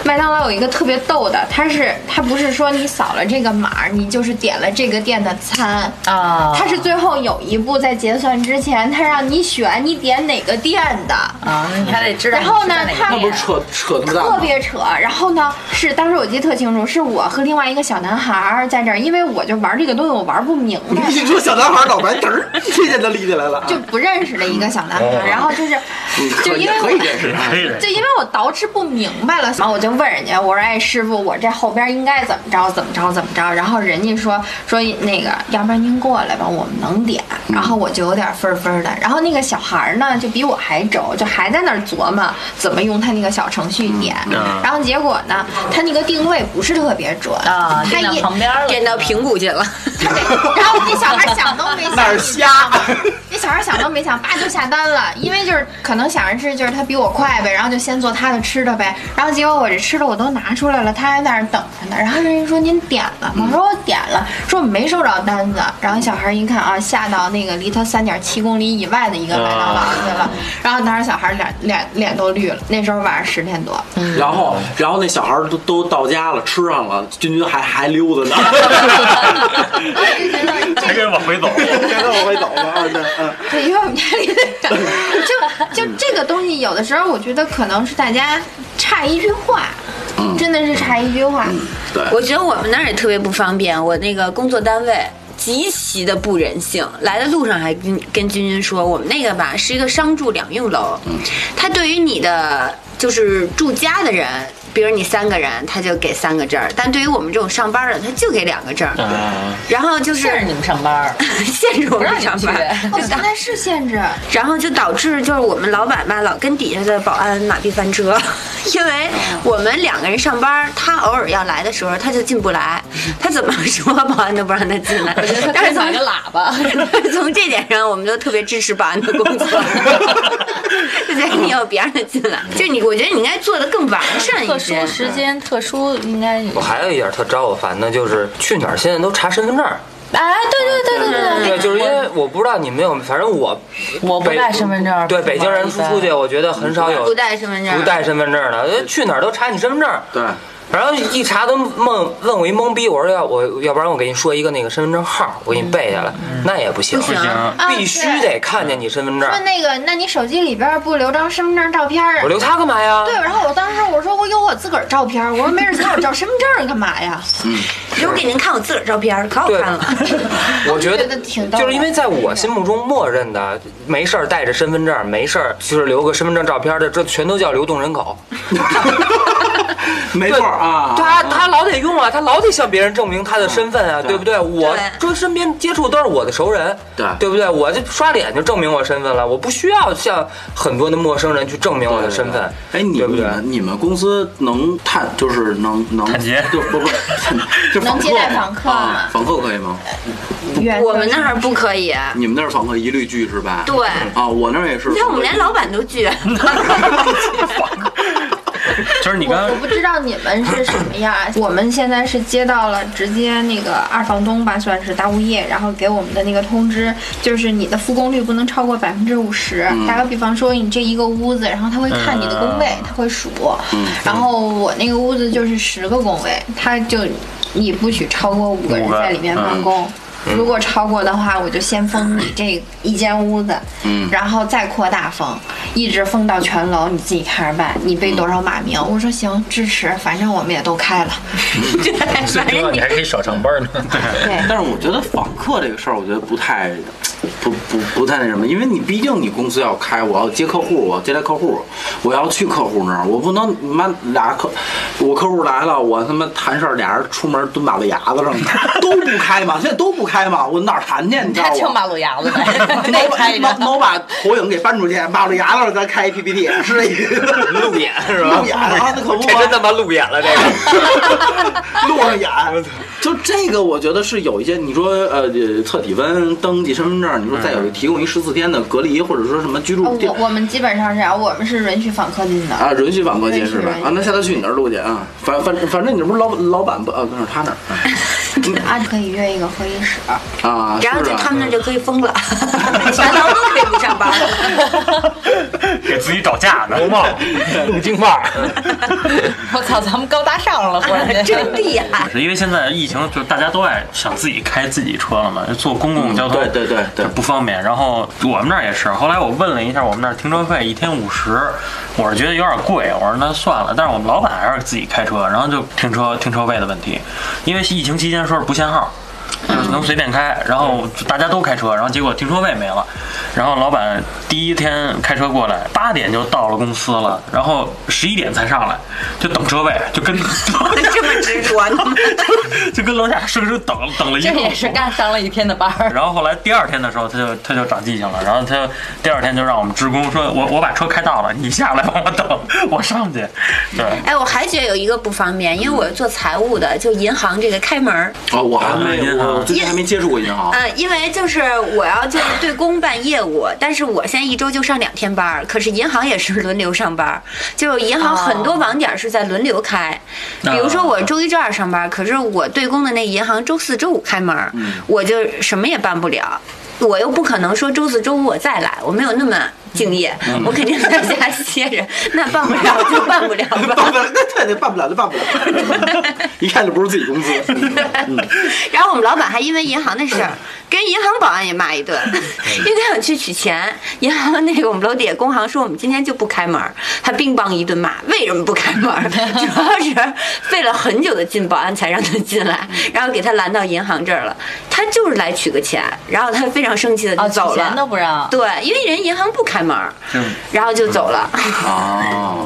麦当劳有一个特别逗的，它是它不是说你扫了这个码儿，你就是点了这个店的餐，啊，它是最后有一步在结算之前，它让你选你点哪个店的。啊，你还得知道你然是在哪个后地呢方。，他那不是扯扯他 特大吗？别扯。然后呢，是当时我记得特清楚，是我和另外一个小男孩儿在这儿，因为我就玩这个东西，我玩不明白。一说小男孩脑白嘚儿，这下就立起来了啊。就不认识的一个小男孩儿，然后就是你，嗯可就以因为可我以认识啊可以的就因为我捯饬不明白了，然后我就问人家，我说：“哎，师傅，我这后边应该怎么着，怎么着，怎么着？”然后人家说说那个，要不然您过来吧，我们能点。然后我就有点分儿分儿的。然后那个小孩儿呢，就比我还轴，就还在那儿琢磨怎么用他那个小程序点。嗯然后结果呢，他那个定位不是特别准啊，他电到也旁边了，点到平谷去了，他得，然后那小孩想都没想， 那是瞎你知道吗那小孩想都没想，叭就下单了，因为就是可能想着是就是他比我快呗，然后就先做他的吃的呗，然后结果我这吃的我都拿出来了，他还在那儿等着呢，然后人家说您点了吗？我说我点了，说我没收着单子，然后小孩一看啊，下到那个离他三点七公里以外的一个麦当劳去了，然后当时小孩脸脸脸都绿了，那时候晚上十点多， 然后，然后那小孩儿都都到家了，吃上了，君君还还溜达呢， 还给往回走。该到我会走了。嗯 嗯对，因为我们家离得远，就就 这个东西，有的时候我觉得可能是大家差一句话，真的是差一句话。嗯 我觉得我们那儿也特别不方便，我那个工作单位极其的不人性。来的路上还跟跟君君说，我们那个吧是一个商住两用楼，他对于你的就是住家的人。比如你三个人，他就给三个证儿；但对于我们这种上班的，他就给两个证儿。然后就是限制你们上班儿， 限制我不让们你上去班儿， 哦，现在是限制，然后就导致就是我们老板吧，老跟底下的保安马屁翻车， 因为我们两个人上班，他偶尔要来的时候，他就进不来，他怎么说保安都不让他进来。但买是个从喇叭，但是 从这点上，我们就特别支持保安的工作， 就觉得你要别让他进来，就你，我觉得你应该做的更完善特一殊些。时间嗯特殊应该有我。还有一点特招我烦的就是去哪儿现在都查身份证儿，哎，对对对对对对，就是因为我不知道你们有，反正我我不北带身份证儿对不玩北京人一出般出去，我觉得很少有不带身份证，不带身份证儿的，呃去哪儿都查你身份证儿。对，然后一查都懵，问我一懵逼，我说要我要不然我给你说一个那个身份证号，我给你背下来，那也不行，不行行，必须啊得看见你身份证儿。说那个，那你手机里边不留张身份证照片儿我？留它干嘛呀？对，然后我当时我说我有我自个儿照片儿，我说没人看我照身份证儿干嘛呀？留给您看我自个儿照片，可好对看了。我觉觉得得挺逗的就是因为在我心目中默认的，没事儿带着身份证，没事儿就是留个身份证照片的，这全都叫流动人口。没错儿啊，他他老得用啊，他老得向别人证明他的身份啊，对对不对？我这身边接触都是我的熟人，对对不对？我就刷脸就证明我身份了，我不需要向很多的陌生人去证明我的身份。哎，你对不你对们你们公司能探就是能能探劫就不不，就能接待访客啊吗访客可以吗？原我们那儿不可以，你们那儿访客一律拒是吧？对啊，我那儿也是。你看我们连老板都拒。就是你我刚我不知道你们是什么样，啊 我们现在是接到了直接那个二房东吧，算是大物业，然后给我们的那个通知，就是你的复工率不能超过百分之五十。嗯打个比方说，你这一个屋子，然后他会看你的工位，他会数，嗯然后我那个屋子就是十个工位，他就你不许超过五个人五个嗯在里面办公。如果超过的话，我就先封你这一间屋子，嗯然后再扩大封，一直封到全楼，你自己看着办。你背多少马名？我说行，支持，反正我们也都开了。所以知道你还可以少上班呢。对，但是我觉得访客这个事儿，我觉得不太，不不不太那什么，因为你毕竟你公司要开，我要接客户，我要接待客户，我要去客户那儿，我不能妈俩客，我客户来了，我他妈谈事儿，俩人出门蹲马路牙子上，都不开嘛，现在都不开嘛，我哪儿谈去？你知道他听吗？马路牙子呗，那那我开那着。那我把投影给搬出去，马路牙子上咱开一 PPT，是这意思吧？ 路演是吧？路演啊，那可不这嘛真他妈路演了，这个。路上演，就这个，我觉得是有一些，你说呃，测体温、登记身份证，你说嗯再有提供一十四天的隔离，或者说什么居哦住地我我们基本上是这样，我们是允许访客进的。啊，允许访客进是吧允？许啊，那下次去你那儿录去啊，反反反正你这不是老老板不啊，那是他那嗯儿啊，可以约一个会议室。啊，然后是就啊他们那就可以疯了，全劳都可以不上班了。给自己找架呢，帽， 弄京帽，我操，咱们高大上 了，忽然间。真厉害！是因为现在疫情，就是大家都爱想自己开自己车了嘛，坐公共交通，嗯嗯对对对对就不方便。然后我们那儿也是，后来我问了一下，我们那儿停车费一天五十，我是觉得有点贵，我说那算了。但是我们老板还是自己开车，然后就停车停车位的问题，因为疫情期间说是不限号。就是能随便开，然后就大家都开车，然后结果停车位没了，然后老板第一天开车过来，八点就到了公司了，然后十一点才上来，就等车位，就跟 这么执着呢？就跟楼下生生等等了一这路。也是干上了一天的班儿，然后后来第二天的时候，他就他就长记性了，然后他第二天就让我们职工说，我我把车开到了，你下来帮我等，我上去。对，哎，我还觉得有一个不方便，因为我是做财务的，就银行这个开门儿。啊，我还没银 行我最近还没接触过银行，呃，因为就是我要就是对公办业 业务，但是我现在一周就上两天班儿，可是银行也是轮流上班儿，就是银行很哦多网点儿是在轮流开，比如说我周一、周二上班，可是我对公的那银行周四周五开门儿，嗯我就什么也办不了。我又不可能说周四周五我再来，我没有那么敬业，嗯我肯定在家歇着，那办不了就办不了吧。 办不了，那对，办不了就办不了， 一看就不是自己公司。嗯 然后我们老板还因为银行的事 儿跟银行保安也骂一顿，因为他想去取钱，银行那个我们楼底下工行说我们今天就不开门儿，他冰棒一顿骂，为什么不开门 儿？主要是费了很久的劲，保安才让他进来，然后给他拦到银行这儿了，他就是来取个钱，然后他非常生气的啊，就走取钱都了。不让。对，因为人银行不开门儿，然后就走了。 哦，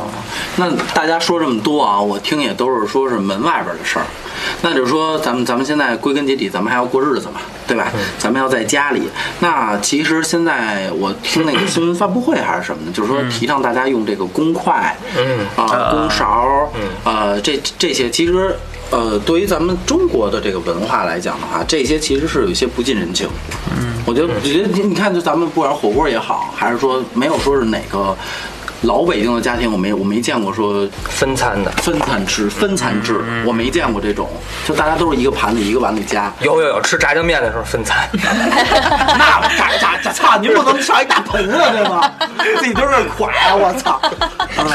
那大家说这么多啊，我听也都是说是门外边的事儿。那就是说，咱们咱们现在归根结底，咱们还要过日子嘛，对吧？咱们要在家里。那其实现在我听那个新闻发布会还是什么呢？就是说提倡大家用这个公筷，嗯啊，啊公勺，呃，这这些其实。呃，对于咱们中国的这个文化来讲的话，这些其实是有一些不近人情。嗯，我觉得，我觉得你你看，就咱们不管火锅也好，还是说没有说是哪个老北京的家庭，我没我没见过说分餐的。分餐吃、分餐制，我没见过这种，就大家都是一个盘子一个碗里 夹。有有有，吃炸酱面的时候分 餐，那咋咋咋操！您不能上一大盆啊，对吗？ 自己都是垮呀，我操！嗯，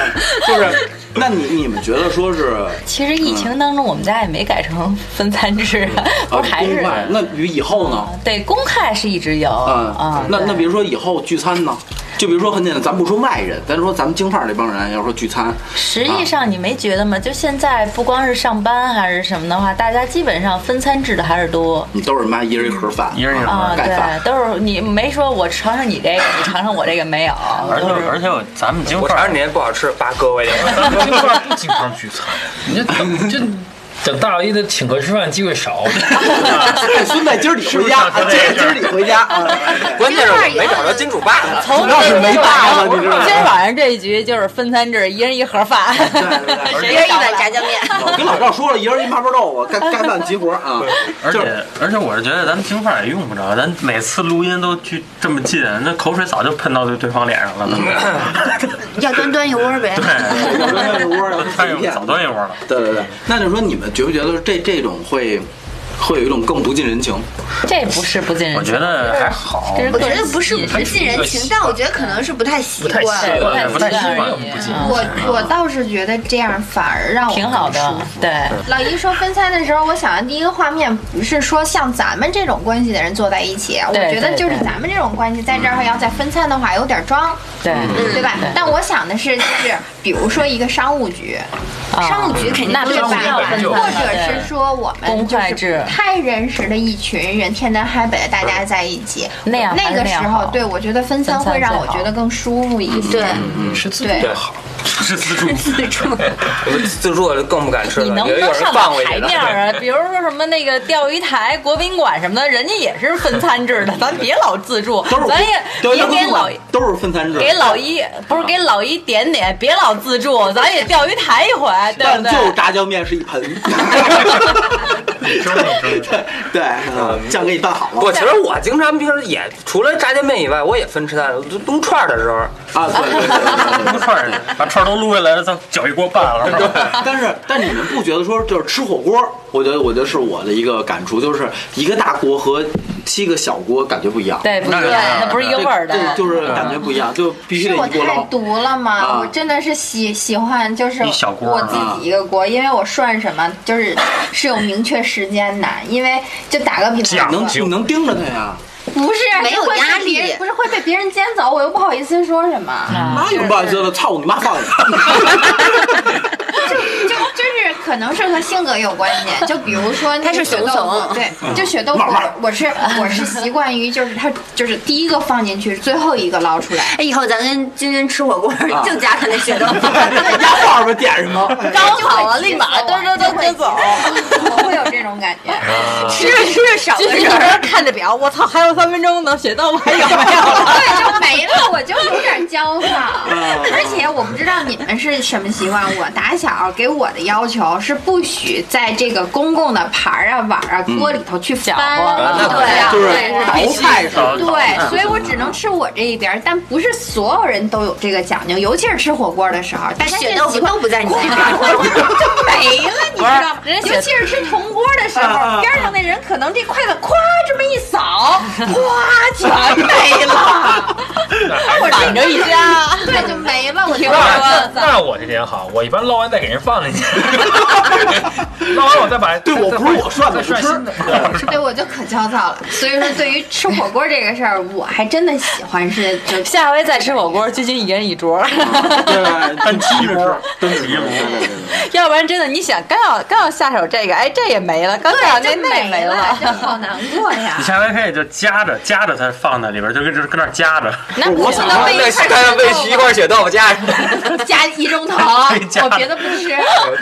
就是，那你你们觉得说是其实疫情当中，我们家也没改成分餐制，啊 不是还公是筷那与以后呢？对公开是一直有啊啊，。那对那比如说以后聚餐呢？就比如说很简单，咱不说外人，咱说咱们京范儿这帮人，要说聚餐，实际上你没觉得吗？就现在不光是上班还是什么的话，大家基本上分餐制的还是多。你都是妈一人一盒饭，嗯一人一盒饭啊，盖饭 对，。都是你没说我尝尝你这个，你尝尝我这个没有，而且都是而且我咱们京我范尝儿尝你那不好吃，八哥我也有。经常聚餐，你这等这等大老一的请客吃饭机 会少，哎孙子，今儿你回家， 啊今儿今儿你回家啊！关键是我没找着金主爸爸，主要是没爸爸，你知道吗今？儿晚上这一局就是分餐制，一人一盒饭， 对一谁人一上碗来炸酱面，我跟老赵说了，一人一麻婆豆腐，干干饭齐活 啊！而就且而且我是觉得咱们京范儿也用不着，咱每次录音都距这么近，那口水早就喷到对对方脸上 了。要端端一窝儿呗。 有人有窝有太 一片早端一会儿了。对对对，那就是说你们觉不觉得这这种会会有一种更不近人情？这不是不近人我情，觉得还好，这是我个觉人得不是也不近人情，但我觉得可能是不太习不太习惯惯。对不太习惯而不已近嗯我我倒是觉得这样反而让我挺好的更舒服，对。老姨说分餐的时候，我想的第一个画面不是说像咱们这种关系的人坐在一起，啊我对觉得对就是对咱们这种关系在这儿要再分餐的话，有点装，对，对吧对？但我想的是，就是比如说一个商务局，啊商务局肯定那不必是对须吧办要分就或餐的者是说我们公就筷是制不太认识的一群人，天南海北的大家在一起，那样那还是个那时样候好，对我觉得分餐分餐会让最我好觉得更舒服一些。对，吃自对助好。是自助，自助的更不敢吃你了，能有不能有上人到放回台去的面。儿啊？比如说什么那个钓鱼台、国宾馆什么的，人家也是分餐制的，咱别老自助都是，咱也都也是给老都是分餐制，给老一不是给老一点点，别老自助，咱也钓鱼台一回，对但不就对？炸酱面是一 盆。周一周一 对，嗯酱给你拌好 不，了其实我经常平时也除了炸酱面以外，我也分吃饭。撸撸串儿的时候，啊！对对对对 对撸串儿去，把串儿都撸下来了，再搅一锅拌了。是吧但是，但你们不觉得说就是吃火锅？我觉得，我觉得是我的一个感触，就是一个大锅和七个小锅感觉不一样。对，不那对，是那不是一个这，味儿的。嗯对，就是感觉不一样，就必须是得我一锅太捞。毒了吗？啊我真的是喜喜欢就是一小锅我自己一个锅，因为我涮什么 就是是有明确时间的，因为就打个比方讲能说，你能盯着它呀？不是没有会被压力啊别人不是会被别人捡走，我又不好意思说什么，啊哪有不好意思的？ 操你妈放你！就就是可能是和性格有关系，就比如说他是雪熊豆腐，熊对，嗯就雪豆腐，我是我是习惯于就是它就是第一个放进去，最后一个捞出来。哎，以后咱跟君君吃火锅儿啊就加他那血 豆腐。压号吧，点什么？ 刚好啊，立马嘚嘚嘚嘚走。我会有这种感觉，啊吃着吃着少就了是一点儿，边看着表，我操，还有三分钟呢，雪豆腐还有 没有 了？对，就啊没了，我就有点焦躁。而且我不知道你们是什么习惯，我打小给我的要求是不许在这个公共的盘儿啊、碗啊、锅里头去翻，搅和对，啊就是对倒菜上对，嗯所以我只能吃我这一边儿，但不是所有人都有这个讲究，尤其是吃火锅的时候，大家血现在都习不惯都不在你这边。就 没了，你知道吗？人家尤其是吃铜锅的啊时候，边上那人可能这筷子咵这么一扫，哗全没 了，我懒着一家，对，啊就没了。我就那那我这点好，我一般捞完再给人放 进去，捞完我再把对我再不是我涮的我再涮吃新的。对对，我就可焦躁了。所以说，对于吃火锅这个事儿，我还真的喜欢是就 下回再吃火锅，君君一人一桌，对，单七锅，单七锅， 要不然真的你想刚要刚要下手这个，哎，这也没了，刚下手那就那没了，就哎好难过呀你。下回可以就夹着夹着它放在里边，就跟就跟那儿夹着，那我不能看被一块看喂一块血豆腐夹 着，加一中头，哎加我别的不吃。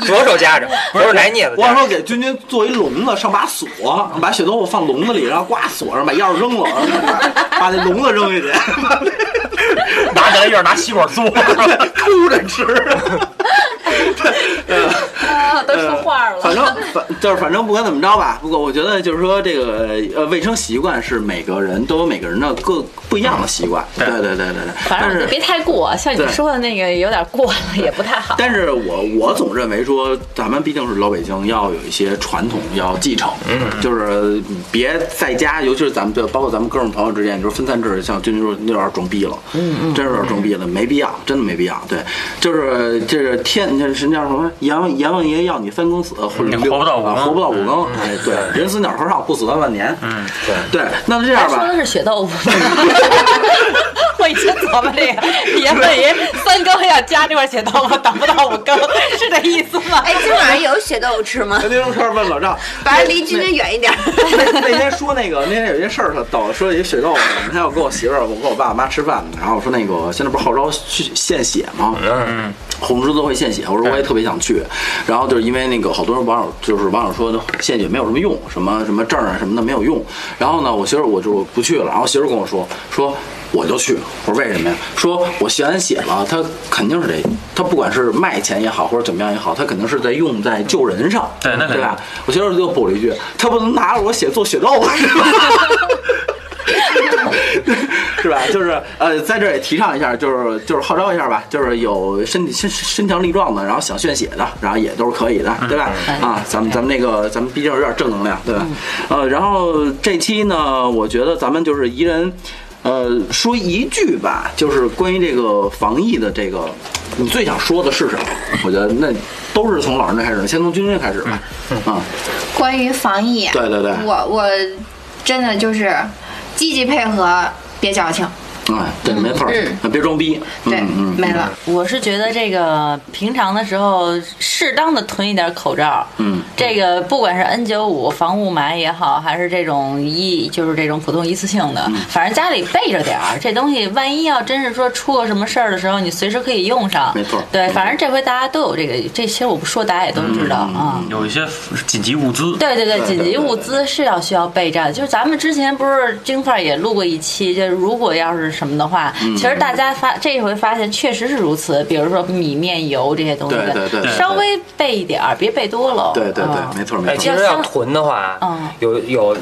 左手夹着，左手拿镊子我夹想着。说给君君做一笼子，上把锁，把血豆腐放笼子里，然后呱锁上，把钥匙扔了， 把那笼子扔下去， 拿起来一会儿拿吸管嘬。哭着吃。 对，呃。啊，都说话反了。正反就是反正不管怎么着吧，不过我觉得就是说这个呃卫生习惯是每个人都有每个人的各不一样的习惯，对对对对对。反但正是别太过，像你对说的那个有点过了，也不太好。但是我我总认为说，咱们毕竟是老北京，要有一些传统要继承，嗯就是别在家，尤其是咱们对，包括咱们哥们儿朋友之间，你说分散制，像君君说有点装逼了，嗯嗯，真是有点装逼了，没必要，真的没必要。对，就是这个天，这是叫什么？阎王阎王爷要你三更死，或者你六活不到五啊更嗯活不到五更，哎，对，人死鸟头上，不死万万年，嗯，对对，那这样说吧的。是血 豆腐，我以前琢磨这个，爷们爷三更要加这块血豆腐，等不到五更，是这意思吗？哎，今晚上有血豆腐吃吗？那刘车问老赵， 反正离君君远一点。那 那天说那个那天有些事儿特逗，说一血豆腐，那天我跟我媳妇儿，我跟我爸我妈吃饭，然后我说那个现在不是号召去献血吗？嗯，红十字会献血，我哎说我也特别想去，然后就是因为那个好多人网友就是网友说献血没有什么用，什么什么证啊什么的没有用，然后呢我媳妇儿我就不去了，然后媳妇儿跟我说说我就去，我说为什么呀？说我献完血了，他肯定是得他不管是卖钱也好或者怎么样也好，他肯定是在用在救人上，对那肯定对吧？我媳妇儿就补了一句：“他不能拿着我血做血肉啊是吧？” 是吧？就是呃，在这儿也提倡一下，就是就是号召一下吧，就是有身体身身强力壮的，然后想献血的，然后也都是可以的，对吧？啊，咱们咱们那个咱们毕竟有点正能量，对吧？呃，然后这期呢，我觉得咱们就是一人。呃，说一句吧，就是关于这个防疫的这个，你最想说的是什么？我觉得那都是从老人那开始，先从君君开始吧。啊，关于防疫，对对对，我我真的就是积极配合，别矫情。啊，对，没错儿，啊别装逼。对，嗯嗯，没了。我是觉得这个平常的时候，适当的囤一点口罩。嗯，这个不管是 N95 防雾霾也好，还是这种一就是这种普通一次性嗯的，反正家里备着点儿。这东西万一要真是说出个什么事儿的时候，你随时可以用上。没错嗯对，反正这回大家都有这个，这些我不说，大家也都知嗯道啊。 有一些紧急物资，对对对，紧对急对物资是要需要备战。就是咱们之前不是京范儿也录过一期，就是如果要是什么的话，其实大家发这一回发现确实是如此。比如说米面油这些东西，对对对对稍微备一点儿，别备多了。对对嗯对，没错儿哎，没其错儿。实要囤的话，嗯有有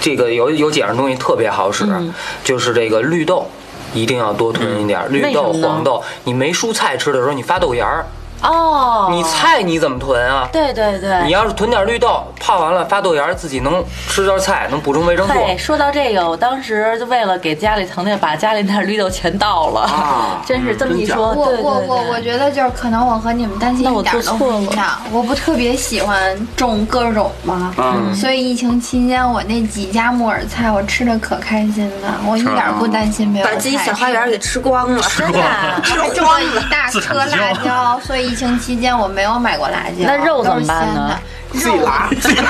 这个有有几样东西特别好使，嗯就是这个绿豆。一定要多囤一点儿绿豆、为什么呢黄豆。你没蔬菜吃的时候，你发豆芽儿，哦，你菜你怎么囤啊？对对对，你要是囤点绿豆，泡完了发豆芽儿，自己能吃点菜，能补充维生素。嘿，说到这个，我当时就为了给家里腾腾，把家里那绿豆全倒了，啊真是这么一说，我哦对对我对我我觉得就是可能我和你们担心那我一点儿做都错不一了样，我不特别喜欢种各种吗？嗯所以疫情期间我那几家木耳菜我吃的可开心了，我一点儿不担心没有把自己菜小花园吃给吃光了，哎真的，我还种了一大自颗产自销辣椒，所以疫情期间我没有买过辣椒。那肉怎么都是办鲜呢哦的？自己拉，自己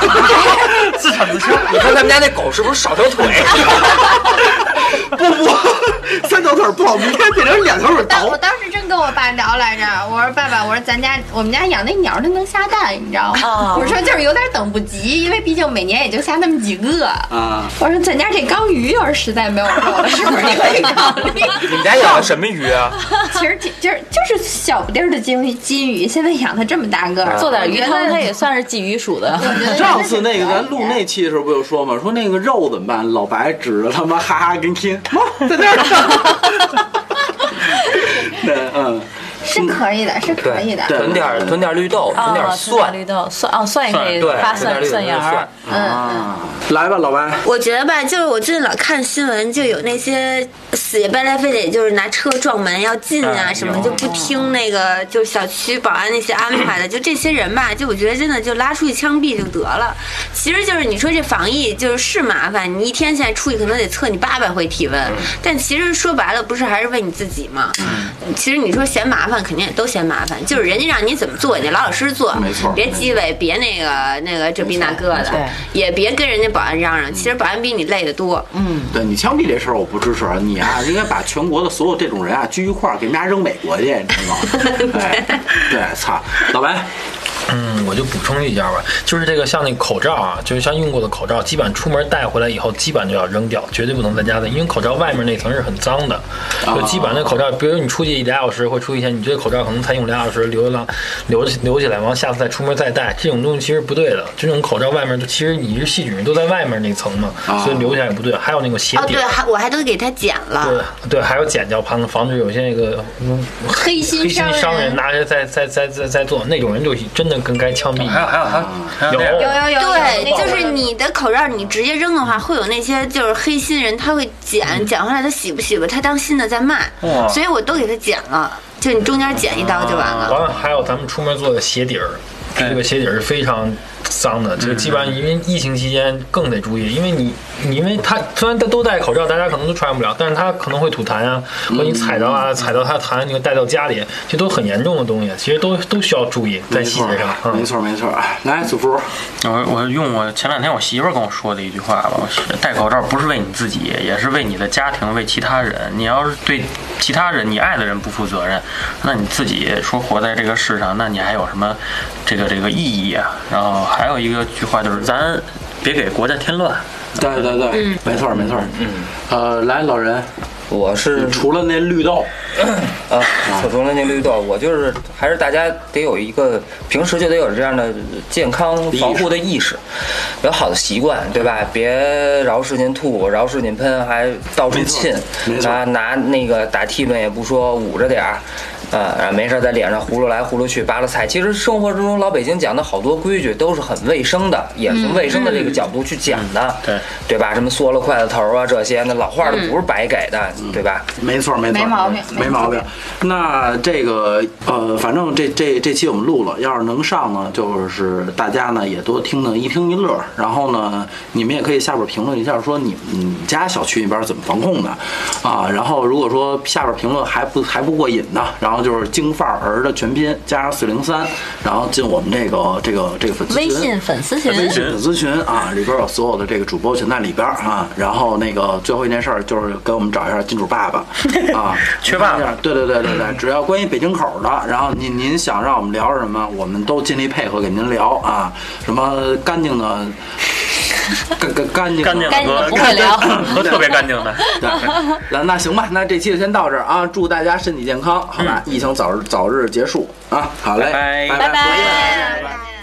自产自销。你看咱们家那狗是不是少条腿？不不，三条腿儿不好，明天变成两条腿儿当我倒。当时真跟我爸聊来着，我说爸爸，我说咱家我们家养那鸟儿它能下蛋，你知道吗？哦我说就是有点等不及，因为毕竟每年也就下那么几个。啊，我说咱家这缸鱼要是实在没有肉了，是不是可以考虑？ 你们家养的什么鱼啊？ 其实挺就是就是小不丁儿的金鱼金鱼，现在养它这么大个儿，做点鱼我觉汤，得它也算是鲫鱼属的。我觉得上次那个咱录那期的时候不就说嘛，说那个肉怎么办？老白指着他妈哈哈跟 Kin，妈在那儿。 对，嗯，是可以的，是可以的。对 囤点儿囤点儿绿豆，囤点儿啊，吃点蒜，绿豆蒜啊，蒜也可以对，发囤点儿蒜绿豆蒜芽儿蒜。，啊，来吧，老白，我觉得吧，就是我最近老看新闻，就有那些死乞白赖非得就是拿车撞门要进啊哎什么，有就不听那个就是小区保安那些安排的，就这些人吧，就我觉得真的就拉出去枪毙就得了。其实就是你说这防疫就是是麻烦，你一天现在出去可能得测你八百回体温，嗯但其实说白了不是还是为你自己吗？嗯其实你说嫌麻烦，肯定也都嫌麻烦，就是人家让你怎么做，你得老老实实做，没错别鸡尾，别那个那个这逼那个没的错，也别跟人家保安嚷嚷，其实保安比你累得多。嗯，对你枪毙这事儿我不支持，你啊应该把全国的所有这种人啊聚一块儿，给人家扔美国去，你知道吗？哎， 对，操，老白，嗯，我就补充一下吧，就是这个像那口罩啊，就是像用过的口罩，基本出门带回来以后，基本就要扔掉，绝对不能在家的，因为口罩外面那层是很脏的，啊就基本上那口罩，比如你出去俩小时或出去一天，你这口罩可能才用俩小时留了，留留起来，完下次再出门再戴，这种东西其实不对的，这种口罩外面其实你是细菌都在外面那层嘛，啊所以留起来也不对，还有那个鞋哦，底对，。还我还都给他剪了。对对，还有剪掉盘子，防止有些那个嗯黑心黑心商人商人拿着在在在在在做，那种人就真的跟该枪毙一还有样。还有还有还有那有样有有有，对，有就是你的口罩，你直接扔的话，会有那些就是黑心人，他会剪，剪回来他洗不洗吧，他当新的再卖哇，所以我都给他剪了，就你中间剪一刀就完了。完了，还有咱们出门做的鞋底儿，对这个鞋底儿是非常脏的，嗯就基本上因为疫情期间更得注意，因为你你因为它虽然它都戴口罩，大家可能都传染不了，但是它可能会吐痰啊，或者你踩到嗯啊，踩到它痰，你就带到家里，这都很严重的东西，其实都都需要注意在没细错节上。儿，啊嗯没错儿，没错儿，来，祖福，我我用我前两天我媳妇儿跟我说的一句话吧，我是戴口罩不是为你自己，也是为你的家庭，为其他人。你要是对其他人、你爱的人不负责任，那你自己说活在这个世上，那你还有什么这个这个意义啊？然后还有一个句话就是，咱别给国家添乱。对对对，没错儿，没错儿，嗯，呃，来，老人，我是除了那绿豆，啊，手中的那绿豆，我就是还是大家得有一个平时就得有这样的健康防护的意识，有好的习惯，对嗯吧？别饶事您吐，饶事您喷，还到处沁没，错拿拿那个打嚏呢也不说，捂着点儿。啊，没事，在脸上葫芦来葫芦去，扒拉菜。其实生活之中，老北京讲的好多规矩都是很卫生的，也从卫生的这个角度去讲的，嗯对对吧？什么缩了筷子头啊，这些那老话都不是白给的，对吧？没错儿，没错儿，没毛病没毛病。那这个呃，反正这这这期我们录了，要是能上呢，就是大家呢也多听听，一听一乐儿。然后呢，你们也可以下边评论一下，说你你家小区那边怎么防控的啊？然后如果说下边评论还不还不过瘾呢，然后就是京范儿儿的全拼加上四零三，然后进我们这个这个这个粉丝微群信粉丝群，微信粉丝群啊，里边有所有的这个主播群在里边啊。然后那个最后一件事儿就是给我们找一下金主爸 爸啊，缺爸爸看一下。对对对对对，只要关于北京口的，然后您您想让我们聊什么，我们都尽力配合给您聊啊。什么干净的，干干干净的干净干净和的不会聊。和特别干净的，对，那那行吧，那这期就先到这儿啊！祝大家身体健康，好吧？疫情早日早日结束啊！好嘞，嗯拜拜拜拜拜再见拜拜。拜拜